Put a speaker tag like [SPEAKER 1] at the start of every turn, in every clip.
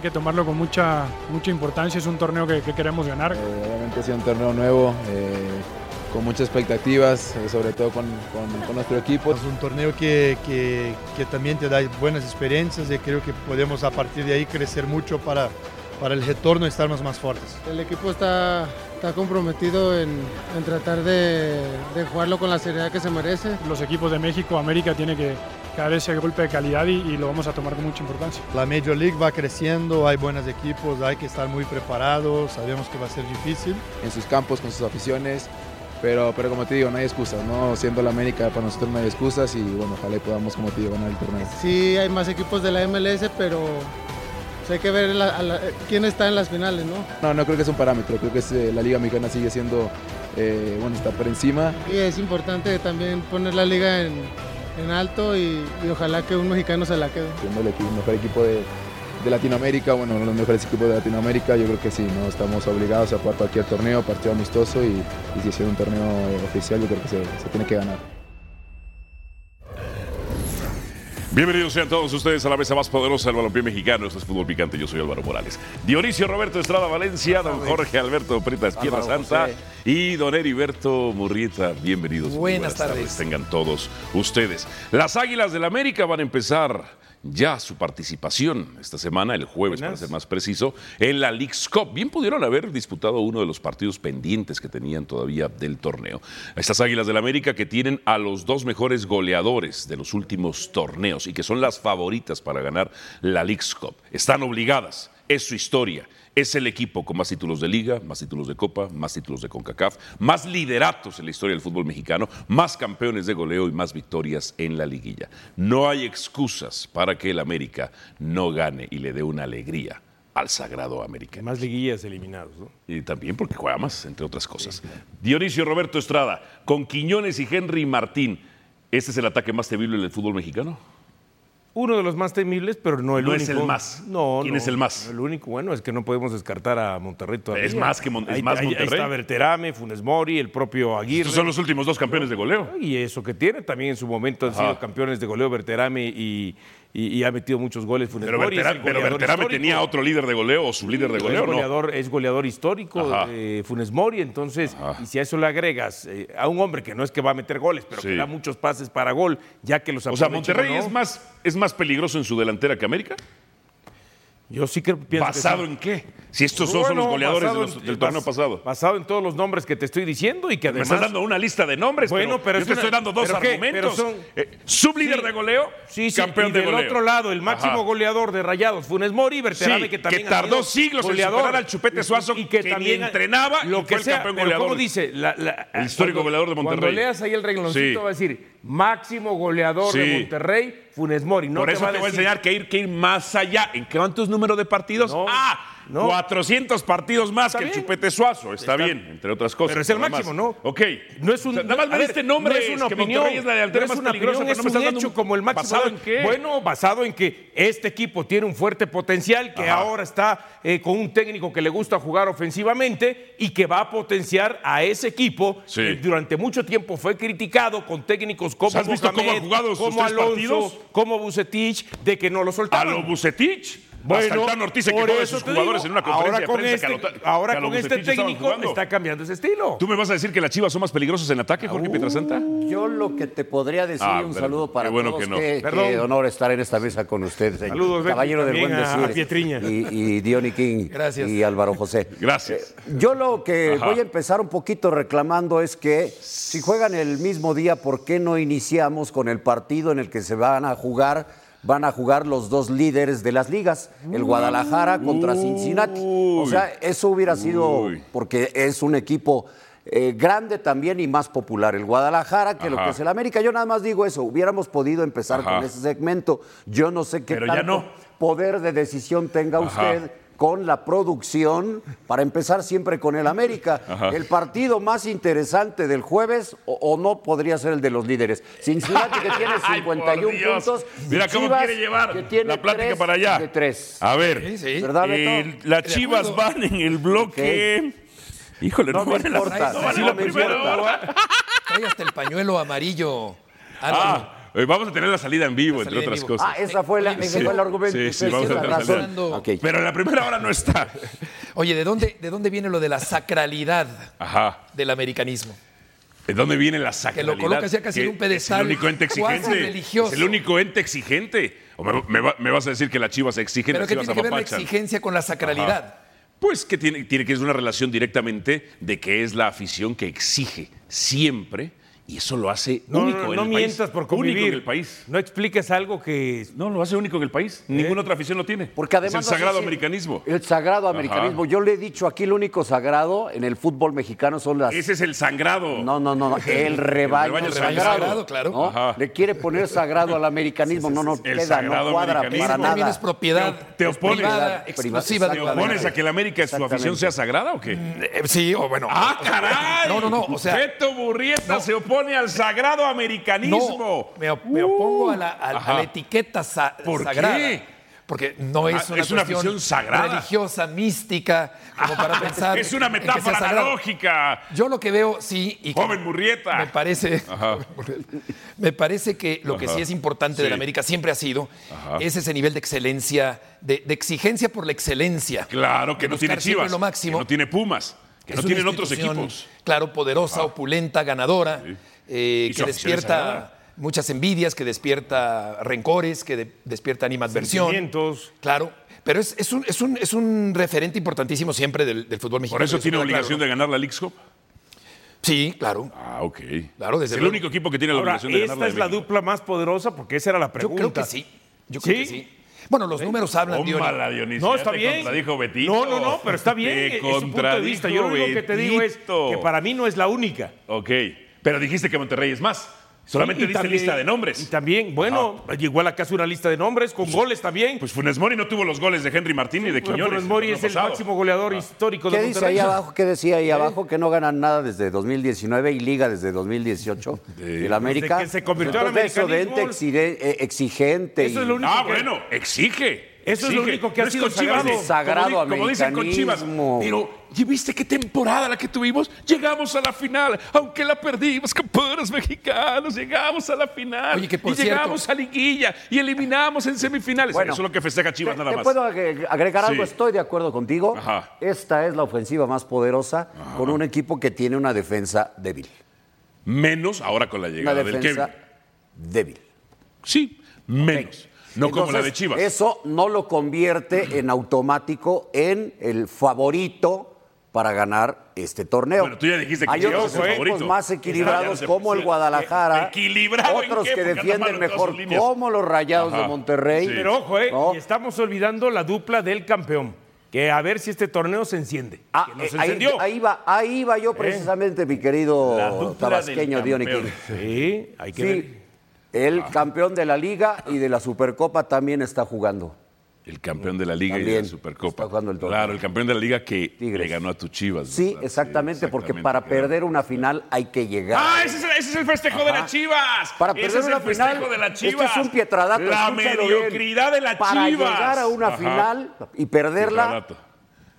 [SPEAKER 1] que tomarlo con mucha, mucha importancia, es un torneo que, que queremos ganar.
[SPEAKER 2] Eh, obviamente ha sido un torneo nuevo, eh, con muchas expectativas, eh, sobre todo con, con- con nuestro equipo.
[SPEAKER 3] Es un torneo que, que- que también te da buenas experiencias y creo que podemos a partir de ahí crecer mucho para, para el retorno y estar más, más fuertes.
[SPEAKER 4] El equipo está, está comprometido en, en tratar de, de jugarlo con la seriedad que se merece.
[SPEAKER 1] Los equipos de México, América, tiene que, que dar ese golpe de calidad y, y lo vamos a tomar con mucha importancia.
[SPEAKER 3] La Major League va creciendo, hay buenos equipos, hay que estar muy preparados, sabemos que va a ser difícil.
[SPEAKER 2] en sus campos, con sus aficiones. Pero, pero como te digo, no hay excusas, ¿no? Siendo la América, para nosotros no hay excusas y bueno, ojalá y podamos, como te digo, ganar el torneo.
[SPEAKER 4] Sí hay más equipos de la MLS, pero pues, hay que ver la- a la- quién está en las finales, ¿no?
[SPEAKER 2] No, no creo que es un parámetro, creo que es, eh, la Liga Mexicana sigue siendo, eh, bueno, está por encima.
[SPEAKER 4] Y es importante también poner la liga en, en alto y, y ojalá que un mexicano se la quede.
[SPEAKER 2] Siendo el equipo- mejor equipo de, de Latinoamérica, bueno, uno de los mejores equipos de Latinoamérica, yo creo que sí, ¿no? Estamos obligados a jugar cualquier torneo, partido amistoso y, y si es un torneo eh, oficial, yo creo que se- se tiene que ganar.
[SPEAKER 5] Bienvenidos sean todos ustedes a la mesa más poderosa del balompié mexicano. Esto es Fútbol Picante. Yo soy Álvaro Morales. Dionisio Roberto Estrada Valencia, don Jorge Alberto Pretas Piedra
[SPEAKER 6] Álvaro
[SPEAKER 5] Santa
[SPEAKER 6] José.
[SPEAKER 5] y don Heriberto Murrieta. Bienvenidos. Muy
[SPEAKER 6] Buenas tardes.
[SPEAKER 5] Tengan todos ustedes. Las Águilas del América van a empezar ya su participación esta semana, el jueves para ser más preciso, en la League's Cup. Bien pudieron haber disputado uno de los partidos pendientes que tenían todavía del torneo. Estas Águilas del América que tienen a los dos mejores goleadores de los últimos torneos y que son las favoritas para ganar la League's Cup. Están obligadas, es su historia. Es el equipo con más títulos de liga, más títulos de copa, más títulos de CONCACAF, más lideratos en la historia del fútbol mexicano, más campeones de goleo y más victorias en la liguilla. No hay excusas para que el América no gane y le dé una alegría al sagrado América.
[SPEAKER 6] Más liguillas eliminados, ¿no?
[SPEAKER 5] Y también porque juega más, entre otras cosas. Dionisio Roberto Estrada, con Quiñones y Henry Martín, ¿este es el ataque más temible del fútbol mexicano?
[SPEAKER 6] Uno de los más temibles, pero no el
[SPEAKER 5] No
[SPEAKER 6] único.
[SPEAKER 5] es el más.
[SPEAKER 6] No,
[SPEAKER 5] ¿Quién
[SPEAKER 6] no.
[SPEAKER 5] es el más?
[SPEAKER 6] El único, bueno, es que no podemos descartar a Monterrey todavía.
[SPEAKER 5] Es más que Mon- es
[SPEAKER 6] Ahí-
[SPEAKER 5] más
[SPEAKER 6] ahí- ahí
[SPEAKER 5] Monterrey.
[SPEAKER 6] está Berterame, Funes Mori, el propio Aguirre.
[SPEAKER 5] Estos son los últimos dos campeones de goleo.
[SPEAKER 6] Y eso que tiene, también en su momento han
[SPEAKER 5] Ajá.
[SPEAKER 6] sido campeones de goleo Berterame y, y- y ha metido muchos goles Funes
[SPEAKER 5] Pero
[SPEAKER 6] Mori. es el
[SPEAKER 5] Berterame, pero
[SPEAKER 6] goleador
[SPEAKER 5] Berterame
[SPEAKER 6] histórico.
[SPEAKER 5] tenía otro líder de goleo o su líder de goleo,
[SPEAKER 6] es
[SPEAKER 5] ¿no?
[SPEAKER 6] goleador, es goleador histórico
[SPEAKER 5] Ajá.
[SPEAKER 6] eh, Funes Mori, entonces,
[SPEAKER 5] Ajá.
[SPEAKER 6] y si a eso le agregas eh, a un hombre que no es que va a meter goles, pero
[SPEAKER 5] Sí.
[SPEAKER 6] que da muchos pases para gol, ya que los
[SPEAKER 5] O sea,
[SPEAKER 6] aprovecha,
[SPEAKER 5] Monterrey
[SPEAKER 6] ¿no?
[SPEAKER 5] es más, es más peligroso en su delantera que América.
[SPEAKER 6] Yo sí que pienso que
[SPEAKER 5] ¿Basado
[SPEAKER 6] sí.
[SPEAKER 5] en qué? Si estos dos son
[SPEAKER 6] Bueno,
[SPEAKER 5] los goleadores de
[SPEAKER 6] basado
[SPEAKER 5] los-
[SPEAKER 6] en-
[SPEAKER 5] del torneo
[SPEAKER 6] bas-
[SPEAKER 5] pasado.
[SPEAKER 6] Basado en todos los nombres que te estoy diciendo y que
[SPEAKER 5] Me
[SPEAKER 6] además.
[SPEAKER 5] estás dando una lista de nombres,
[SPEAKER 6] Bueno,
[SPEAKER 5] pero,
[SPEAKER 6] pero
[SPEAKER 5] yo
[SPEAKER 6] es
[SPEAKER 5] te
[SPEAKER 6] una-
[SPEAKER 5] estoy dando dos
[SPEAKER 6] ¿pero qué?
[SPEAKER 5] argumentos.
[SPEAKER 6] Pero son-
[SPEAKER 5] Eh, sublíder
[SPEAKER 6] Sí.
[SPEAKER 5] de goleo,
[SPEAKER 6] Sí, sí,
[SPEAKER 5] campeón
[SPEAKER 6] y
[SPEAKER 5] de
[SPEAKER 6] del
[SPEAKER 5] goleo.
[SPEAKER 6] otro lado, el máximo
[SPEAKER 5] Ajá.
[SPEAKER 6] goleador de Rayados, Funes Mori, Berterame,
[SPEAKER 5] Sí,
[SPEAKER 6] que también
[SPEAKER 5] que
[SPEAKER 6] ha
[SPEAKER 5] tardó
[SPEAKER 6] sido
[SPEAKER 5] siglos en
[SPEAKER 6] goleador.
[SPEAKER 5] superar al Chupete Suazo, que ni entrenaba, y
[SPEAKER 6] lo
[SPEAKER 5] fue
[SPEAKER 6] que
[SPEAKER 5] el
[SPEAKER 6] sea,
[SPEAKER 5] campeón
[SPEAKER 6] pero
[SPEAKER 5] goleador.
[SPEAKER 6] ¿cómo dice? La- la-
[SPEAKER 5] El histórico goleador de Monterrey.
[SPEAKER 6] Cuando leas ahí el regloncito
[SPEAKER 5] Sí.
[SPEAKER 6] va a decir máximo goleador
[SPEAKER 5] Sí.
[SPEAKER 6] de Monterrey, Funes Mori. No
[SPEAKER 5] Por eso
[SPEAKER 6] va
[SPEAKER 5] te voy a
[SPEAKER 6] decir-
[SPEAKER 5] enseñar que hay que ir más allá. ¿En cuántos números de partidos?
[SPEAKER 6] No,
[SPEAKER 5] ah,
[SPEAKER 6] no.
[SPEAKER 5] 400 partidos más
[SPEAKER 6] Está
[SPEAKER 5] que el
[SPEAKER 6] bien.
[SPEAKER 5] Chupete Suazo. Está,
[SPEAKER 6] Está-
[SPEAKER 5] bien, entre otras cosas.
[SPEAKER 6] Pero es el
[SPEAKER 5] nada
[SPEAKER 6] máximo,
[SPEAKER 5] más.
[SPEAKER 6] ¿no?
[SPEAKER 5] Ok.
[SPEAKER 6] No es un,
[SPEAKER 5] O sea, nada más
[SPEAKER 6] a
[SPEAKER 5] ver,
[SPEAKER 6] ver,
[SPEAKER 5] este nombre.
[SPEAKER 6] no es una
[SPEAKER 5] que
[SPEAKER 6] opinión,
[SPEAKER 5] Monterrey es la delantera
[SPEAKER 6] no es
[SPEAKER 5] más
[SPEAKER 6] una
[SPEAKER 5] peligrosa,
[SPEAKER 6] opinión,
[SPEAKER 5] pero
[SPEAKER 6] es
[SPEAKER 5] no me
[SPEAKER 6] un
[SPEAKER 5] estás dando
[SPEAKER 6] hecho
[SPEAKER 5] un-
[SPEAKER 6] como el máximo.
[SPEAKER 5] ¿Basado en qué?
[SPEAKER 6] Bueno, basado en que este equipo tiene un fuerte potencial, que
[SPEAKER 5] Ajá.
[SPEAKER 6] ahora está eh, con un técnico que le gusta jugar ofensivamente y que va a potenciar a ese equipo
[SPEAKER 5] Sí.
[SPEAKER 6] que durante mucho tiempo fue criticado con técnicos como
[SPEAKER 5] ¿Has visto cómo ha
[SPEAKER 6] Mohamed,
[SPEAKER 5] jugado sus
[SPEAKER 6] como
[SPEAKER 5] tres
[SPEAKER 6] Alonso,
[SPEAKER 5] partidos?
[SPEAKER 6] como Bucetich, de que no lo
[SPEAKER 5] A
[SPEAKER 6] soltaban.
[SPEAKER 5] lo Bucetich.
[SPEAKER 6] Bueno,
[SPEAKER 5] hasta el Tan Ortiz se
[SPEAKER 6] por
[SPEAKER 5] quejó de
[SPEAKER 6] eso
[SPEAKER 5] sus
[SPEAKER 6] te
[SPEAKER 5] jugadores
[SPEAKER 6] digo,
[SPEAKER 5] en una conferencia
[SPEAKER 6] ahora con
[SPEAKER 5] de prensa.
[SPEAKER 6] este,
[SPEAKER 5] que a lo ta-
[SPEAKER 6] ahora
[SPEAKER 5] que a lo
[SPEAKER 6] con este
[SPEAKER 5] Bucetich estaban
[SPEAKER 6] técnico
[SPEAKER 5] jugando.
[SPEAKER 6] está cambiando ese estilo.
[SPEAKER 5] ¿Tú me vas a decir que las chivas son más peligrosas en ataque, Jorge Pietrasanta?
[SPEAKER 7] Yo lo que te podría decir,
[SPEAKER 5] Ah,
[SPEAKER 7] un
[SPEAKER 5] pero
[SPEAKER 7] saludo para
[SPEAKER 5] qué bueno
[SPEAKER 7] todos,
[SPEAKER 5] que no.
[SPEAKER 7] qué- qué
[SPEAKER 6] Perdón.
[SPEAKER 7] honor estar en esta mesa con ustedes, señor.
[SPEAKER 6] Saludos, Beto,
[SPEAKER 7] caballero del
[SPEAKER 6] también
[SPEAKER 7] buen
[SPEAKER 6] a-
[SPEAKER 7] decir.
[SPEAKER 6] a Pietriña.
[SPEAKER 7] Y, y Diony King.
[SPEAKER 6] Gracias.
[SPEAKER 7] Y Álvaro José.
[SPEAKER 5] Gracias.
[SPEAKER 7] Yo lo que
[SPEAKER 5] Ajá.
[SPEAKER 7] voy a empezar un poquito reclamando es que si juegan el mismo día, ¿por qué no iniciamos con el partido en el que se van a jugar? Van a jugar los dos líderes de las ligas, el Guadalajara contra Cincinnati. O sea, eso hubiera sido,
[SPEAKER 5] Uy.
[SPEAKER 7] porque es un equipo eh, grande también y más popular el Guadalajara que lo
[SPEAKER 5] Ajá.
[SPEAKER 7] que es el América. Yo nada más digo eso, hubiéramos podido empezar
[SPEAKER 5] Ajá.
[SPEAKER 7] con ese segmento. Yo no sé qué
[SPEAKER 5] Pero ya
[SPEAKER 7] tanto
[SPEAKER 5] no.
[SPEAKER 7] poder de decisión tenga
[SPEAKER 5] Ajá.
[SPEAKER 7] usted con la producción, para empezar siempre con el América.
[SPEAKER 5] Ajá.
[SPEAKER 7] El partido más interesante del jueves o, o no podría ser el de los líderes. Cincinnati que tiene
[SPEAKER 5] Ay,
[SPEAKER 7] 51
[SPEAKER 5] por Dios.
[SPEAKER 7] puntos.
[SPEAKER 5] Mira cómo
[SPEAKER 7] Chivas,
[SPEAKER 5] quiere llevar
[SPEAKER 7] que tiene
[SPEAKER 5] la plática
[SPEAKER 7] tres
[SPEAKER 5] para allá. Ah,
[SPEAKER 7] De tres.
[SPEAKER 5] A ver,
[SPEAKER 7] ¿Verdad, Beto?
[SPEAKER 5] el- las chivas van en el bloque. Híjole, no,
[SPEAKER 7] No me
[SPEAKER 5] van en la,
[SPEAKER 7] importa, Ah,
[SPEAKER 5] no van
[SPEAKER 7] sí
[SPEAKER 5] en la
[SPEAKER 7] me
[SPEAKER 5] primera
[SPEAKER 7] importa.
[SPEAKER 5] hora.
[SPEAKER 8] Trae hasta el pañuelo amarillo. Álvaro.
[SPEAKER 5] Ah, eh, vamos a tener la salida en vivo,
[SPEAKER 8] La
[SPEAKER 5] entre
[SPEAKER 8] salida en
[SPEAKER 5] otras
[SPEAKER 8] vivo.
[SPEAKER 5] cosas.
[SPEAKER 7] Ah, esa fue la, ese
[SPEAKER 5] Sí,
[SPEAKER 7] fue el argumento.
[SPEAKER 5] sí, sí,
[SPEAKER 7] Ustedes
[SPEAKER 5] vamos a
[SPEAKER 7] tienen
[SPEAKER 5] tener la salida.
[SPEAKER 7] razón. Ok.
[SPEAKER 5] Pero en la primera hora no está.
[SPEAKER 8] Oye, ¿de dónde, ¿de dónde viene lo de la sacralidad
[SPEAKER 5] Ajá.
[SPEAKER 8] del americanismo?
[SPEAKER 5] ¿De dónde viene la
[SPEAKER 8] Que
[SPEAKER 5] sacralidad?
[SPEAKER 8] lo colocas ya casi en
[SPEAKER 5] Que
[SPEAKER 8] un pedestal
[SPEAKER 5] Es el único ente
[SPEAKER 8] cuasi
[SPEAKER 5] exigente.
[SPEAKER 8] religioso.
[SPEAKER 5] Es el único ente exigente. ¿O me, me va- me vas a decir que las chivas exigen,
[SPEAKER 8] Pero
[SPEAKER 5] las
[SPEAKER 8] ¿qué
[SPEAKER 5] chivas
[SPEAKER 8] tiene que ver la
[SPEAKER 5] apapachan?
[SPEAKER 8] exigencia con la sacralidad?
[SPEAKER 5] Ajá. Pues que tiene, tiene que es una relación directamente de que es la afición que exige siempre y eso lo hace
[SPEAKER 6] No,
[SPEAKER 5] único
[SPEAKER 6] no,
[SPEAKER 5] en
[SPEAKER 6] no
[SPEAKER 5] el
[SPEAKER 6] mientas
[SPEAKER 5] país.
[SPEAKER 6] por
[SPEAKER 5] único
[SPEAKER 6] convivir.
[SPEAKER 5] en el país.
[SPEAKER 6] No expliques algo que
[SPEAKER 5] No, lo hace único en el país. Ninguna otra afición lo tiene.
[SPEAKER 7] Porque
[SPEAKER 5] es
[SPEAKER 7] además. no
[SPEAKER 5] el
[SPEAKER 7] sé
[SPEAKER 5] sagrado
[SPEAKER 7] si-
[SPEAKER 5] americanismo.
[SPEAKER 7] El sagrado americanismo. Yo le he dicho aquí, el único sagrado en el fútbol mexicano son las.
[SPEAKER 5] Ese es el sangrado.
[SPEAKER 7] No, no, no, no, el rebaño,
[SPEAKER 5] Oh. rebaño
[SPEAKER 8] sagrado, claro.
[SPEAKER 7] ¿no?
[SPEAKER 5] Ajá.
[SPEAKER 7] Le quiere poner sagrado al americanismo. No, no,
[SPEAKER 5] El
[SPEAKER 7] queda,
[SPEAKER 5] sagrado
[SPEAKER 7] no cuadra
[SPEAKER 5] americanismo.
[SPEAKER 7] para
[SPEAKER 8] También es
[SPEAKER 7] nada.
[SPEAKER 8] propiedad
[SPEAKER 5] Te opones.
[SPEAKER 8] privada,
[SPEAKER 7] Privada,
[SPEAKER 8] exclusiva de
[SPEAKER 5] ¿Te
[SPEAKER 7] exactamente.
[SPEAKER 5] opones a que la América, su afición,
[SPEAKER 7] Exactamente.
[SPEAKER 5] sea sagrada o qué?
[SPEAKER 8] Eh, Sí, o bueno.
[SPEAKER 5] ¡Ah, caray!
[SPEAKER 8] No, no, no, o sea-
[SPEAKER 5] Beto Burrieta se opone al sagrado americanismo.
[SPEAKER 8] No, me, op- me opongo a la, a- a la
[SPEAKER 5] Ajá.
[SPEAKER 8] etiqueta sa-
[SPEAKER 5] ¿Por
[SPEAKER 8] sagrada.
[SPEAKER 5] qué?
[SPEAKER 8] Porque no es
[SPEAKER 5] Ah,
[SPEAKER 8] una,
[SPEAKER 5] es una
[SPEAKER 8] cuestión
[SPEAKER 5] afición sagrada.
[SPEAKER 8] religiosa, mística, como para pensar.
[SPEAKER 5] es una
[SPEAKER 8] en que sea
[SPEAKER 5] metáfora
[SPEAKER 8] sagrado.
[SPEAKER 5] analógica.
[SPEAKER 8] Yo lo que veo, sí, y que
[SPEAKER 5] Joven Murrieta.
[SPEAKER 8] me parece, me parece que lo que
[SPEAKER 5] Ajá.
[SPEAKER 8] sí es importante de
[SPEAKER 5] Sí.
[SPEAKER 8] la América siempre ha sido es ese nivel de excelencia, de, de exigencia por la excelencia.
[SPEAKER 5] Claro que
[SPEAKER 8] De
[SPEAKER 5] no tiene
[SPEAKER 8] buscar siempre
[SPEAKER 5] Chivas,
[SPEAKER 8] lo máximo.
[SPEAKER 5] que no tiene Pumas, que
[SPEAKER 8] Es
[SPEAKER 5] no
[SPEAKER 8] una
[SPEAKER 5] tienen otros
[SPEAKER 8] institución,
[SPEAKER 5] equipos.
[SPEAKER 8] Claro, poderosa, opulenta, ganadora, eh,
[SPEAKER 5] Y su
[SPEAKER 8] que
[SPEAKER 5] afición es sagrada.
[SPEAKER 8] despierta muchas envidias, que despierta rencores, que de- despierta animadversión.
[SPEAKER 6] sentimientos.
[SPEAKER 8] Claro, pero es, es un, es un- es un referente importantísimo siempre del, del fútbol mexicano.
[SPEAKER 5] Por eso
[SPEAKER 8] y
[SPEAKER 5] tiene
[SPEAKER 8] queda claro,
[SPEAKER 5] obligación de ganar la League Cup.
[SPEAKER 8] ¿no? Sí, claro.
[SPEAKER 5] Ah, ok.
[SPEAKER 8] Claro, desde
[SPEAKER 5] es el
[SPEAKER 8] luego.
[SPEAKER 5] único equipo que tiene la
[SPEAKER 6] Ahora,
[SPEAKER 5] obligación de ganar
[SPEAKER 6] esta es la
[SPEAKER 5] League Cup.
[SPEAKER 6] dupla más poderosa porque esa era la
[SPEAKER 8] Yo
[SPEAKER 6] pregunta.
[SPEAKER 8] creo que sí. Yo creo que
[SPEAKER 6] ¿Sí? ¿Eh?
[SPEAKER 8] sí. Bueno, los números hablan, Diony.
[SPEAKER 5] Tómala, Dionisio.
[SPEAKER 6] No,
[SPEAKER 5] ya
[SPEAKER 6] está
[SPEAKER 5] te
[SPEAKER 6] bien.
[SPEAKER 5] contradijo Betito.
[SPEAKER 6] No, no, no, pero está bien.
[SPEAKER 5] Te
[SPEAKER 6] es su punto de vista. Yo
[SPEAKER 5] contradijo
[SPEAKER 6] lo único que te digo es
[SPEAKER 5] Betito.
[SPEAKER 6] que para mí no es la única.
[SPEAKER 5] Ok, pero dijiste que Monterrey es más. Solamente
[SPEAKER 6] Y
[SPEAKER 5] diste
[SPEAKER 6] también-
[SPEAKER 5] lista de nombres.
[SPEAKER 6] Y también, bueno, igual acá hace una lista de nombres, con goles también.
[SPEAKER 5] Pues Funes Mori no tuvo los goles de Henry Martín y de
[SPEAKER 6] Funes
[SPEAKER 5] Quiñones.
[SPEAKER 6] Mori
[SPEAKER 5] torneo
[SPEAKER 6] es el
[SPEAKER 5] pasado.
[SPEAKER 6] máximo goleador histórico de
[SPEAKER 7] ¿Qué dice
[SPEAKER 6] Monterrey.
[SPEAKER 7] ahí abajo? ¿Qué decía ahí abajo? Que no ganan nada desde 2019 y Liga desde 2018. El América.
[SPEAKER 6] Desde que se convirtió al
[SPEAKER 7] Entonces, eso de ente
[SPEAKER 6] americanismo.
[SPEAKER 7] exige- eh, exigente.
[SPEAKER 6] Eso es
[SPEAKER 7] y-
[SPEAKER 6] lo único
[SPEAKER 5] Ah,
[SPEAKER 6] que-
[SPEAKER 5] bueno, exige.
[SPEAKER 6] Eso es lo único que ha
[SPEAKER 5] es
[SPEAKER 6] sido
[SPEAKER 5] con Chivas.
[SPEAKER 6] sagrado.
[SPEAKER 7] Sagrado
[SPEAKER 5] como, di- como dicen con Chivas.
[SPEAKER 7] americanismo.
[SPEAKER 5] Pero, ¿y viste qué temporada la que tuvimos? Llegamos a la final, aunque la perdimos, campeones mexicanos. Llegamos a la final.
[SPEAKER 8] Oye, que por
[SPEAKER 5] y llegamos
[SPEAKER 8] cierto-
[SPEAKER 5] a liguilla y eliminamos en semifinales.
[SPEAKER 7] Bueno,
[SPEAKER 5] Eso es lo que festeja Chivas
[SPEAKER 7] Te-
[SPEAKER 5] nada
[SPEAKER 7] te
[SPEAKER 5] más.
[SPEAKER 7] puedo agre- agregar algo?
[SPEAKER 5] Sí.
[SPEAKER 7] Estoy de acuerdo contigo.
[SPEAKER 5] Ajá.
[SPEAKER 7] Esta es la ofensiva más poderosa con un equipo que tiene una defensa débil.
[SPEAKER 5] Menos ahora con la
[SPEAKER 7] Una
[SPEAKER 5] llegada del Kevin.
[SPEAKER 7] defensa débil.
[SPEAKER 5] Sí, menos. No como la
[SPEAKER 7] Entonces,
[SPEAKER 5] de Chivas.
[SPEAKER 7] Eso no lo convierte en automático en el favorito para ganar este torneo.
[SPEAKER 5] Bueno, tú ya dijiste que
[SPEAKER 7] Hay
[SPEAKER 5] Chivas
[SPEAKER 7] otros
[SPEAKER 5] es el
[SPEAKER 7] equipos
[SPEAKER 5] favorito.
[SPEAKER 7] más
[SPEAKER 5] Ya no
[SPEAKER 7] equilibrados
[SPEAKER 5] se
[SPEAKER 7] como el
[SPEAKER 5] puede.
[SPEAKER 7] Guadalajara,
[SPEAKER 5] ¿Equilibrado en
[SPEAKER 7] otros
[SPEAKER 5] qué?
[SPEAKER 7] que
[SPEAKER 5] Porque anda mal
[SPEAKER 7] defienden
[SPEAKER 5] en todas
[SPEAKER 7] mejor
[SPEAKER 5] sus líneas.
[SPEAKER 7] como los Rayados
[SPEAKER 5] Ajá.
[SPEAKER 7] de Monterrey.
[SPEAKER 5] Sí.
[SPEAKER 6] Pero ojo, eh,
[SPEAKER 7] ¿no?
[SPEAKER 6] y estamos olvidando la dupla del campeón. Que a ver si este torneo se enciende.
[SPEAKER 7] Ah,
[SPEAKER 6] que nos
[SPEAKER 7] eh, ahí,
[SPEAKER 6] encendió. ¿Eh?
[SPEAKER 7] ahí va, ahí va yo precisamente, mi
[SPEAKER 5] La
[SPEAKER 7] querido
[SPEAKER 5] dupla del
[SPEAKER 7] tabasqueño Diony
[SPEAKER 5] campeón. Ah.
[SPEAKER 7] King.
[SPEAKER 6] Sí, hay que ver.
[SPEAKER 7] Sí, el campeón de la Liga y de la Supercopa también está jugando.
[SPEAKER 5] El campeón de la Liga y de
[SPEAKER 7] También
[SPEAKER 5] la Supercopa.
[SPEAKER 7] está jugando el torneo.
[SPEAKER 5] claro, el campeón de la Liga que
[SPEAKER 7] Tigres.
[SPEAKER 5] le ganó a tu Chivas.
[SPEAKER 7] Sí,
[SPEAKER 5] ¿verdad?
[SPEAKER 7] exactamente, porque
[SPEAKER 5] exactamente,
[SPEAKER 7] para
[SPEAKER 5] claro.
[SPEAKER 7] perder una final hay que llegar.
[SPEAKER 5] ¡Ah, ese es, el- ese es el festejo de las Chivas!
[SPEAKER 7] Para
[SPEAKER 5] ese
[SPEAKER 7] perder
[SPEAKER 5] es
[SPEAKER 7] una
[SPEAKER 5] el festejo
[SPEAKER 7] final,
[SPEAKER 5] de las
[SPEAKER 7] esto es
[SPEAKER 5] Chivas.
[SPEAKER 7] un Pietradata,
[SPEAKER 5] La
[SPEAKER 7] escúchalo bien.
[SPEAKER 5] mediocridad de las
[SPEAKER 7] Para
[SPEAKER 5] Chivas.
[SPEAKER 7] llegar a una
[SPEAKER 5] Ajá.
[SPEAKER 7] final y perderla,
[SPEAKER 5] Pietradata.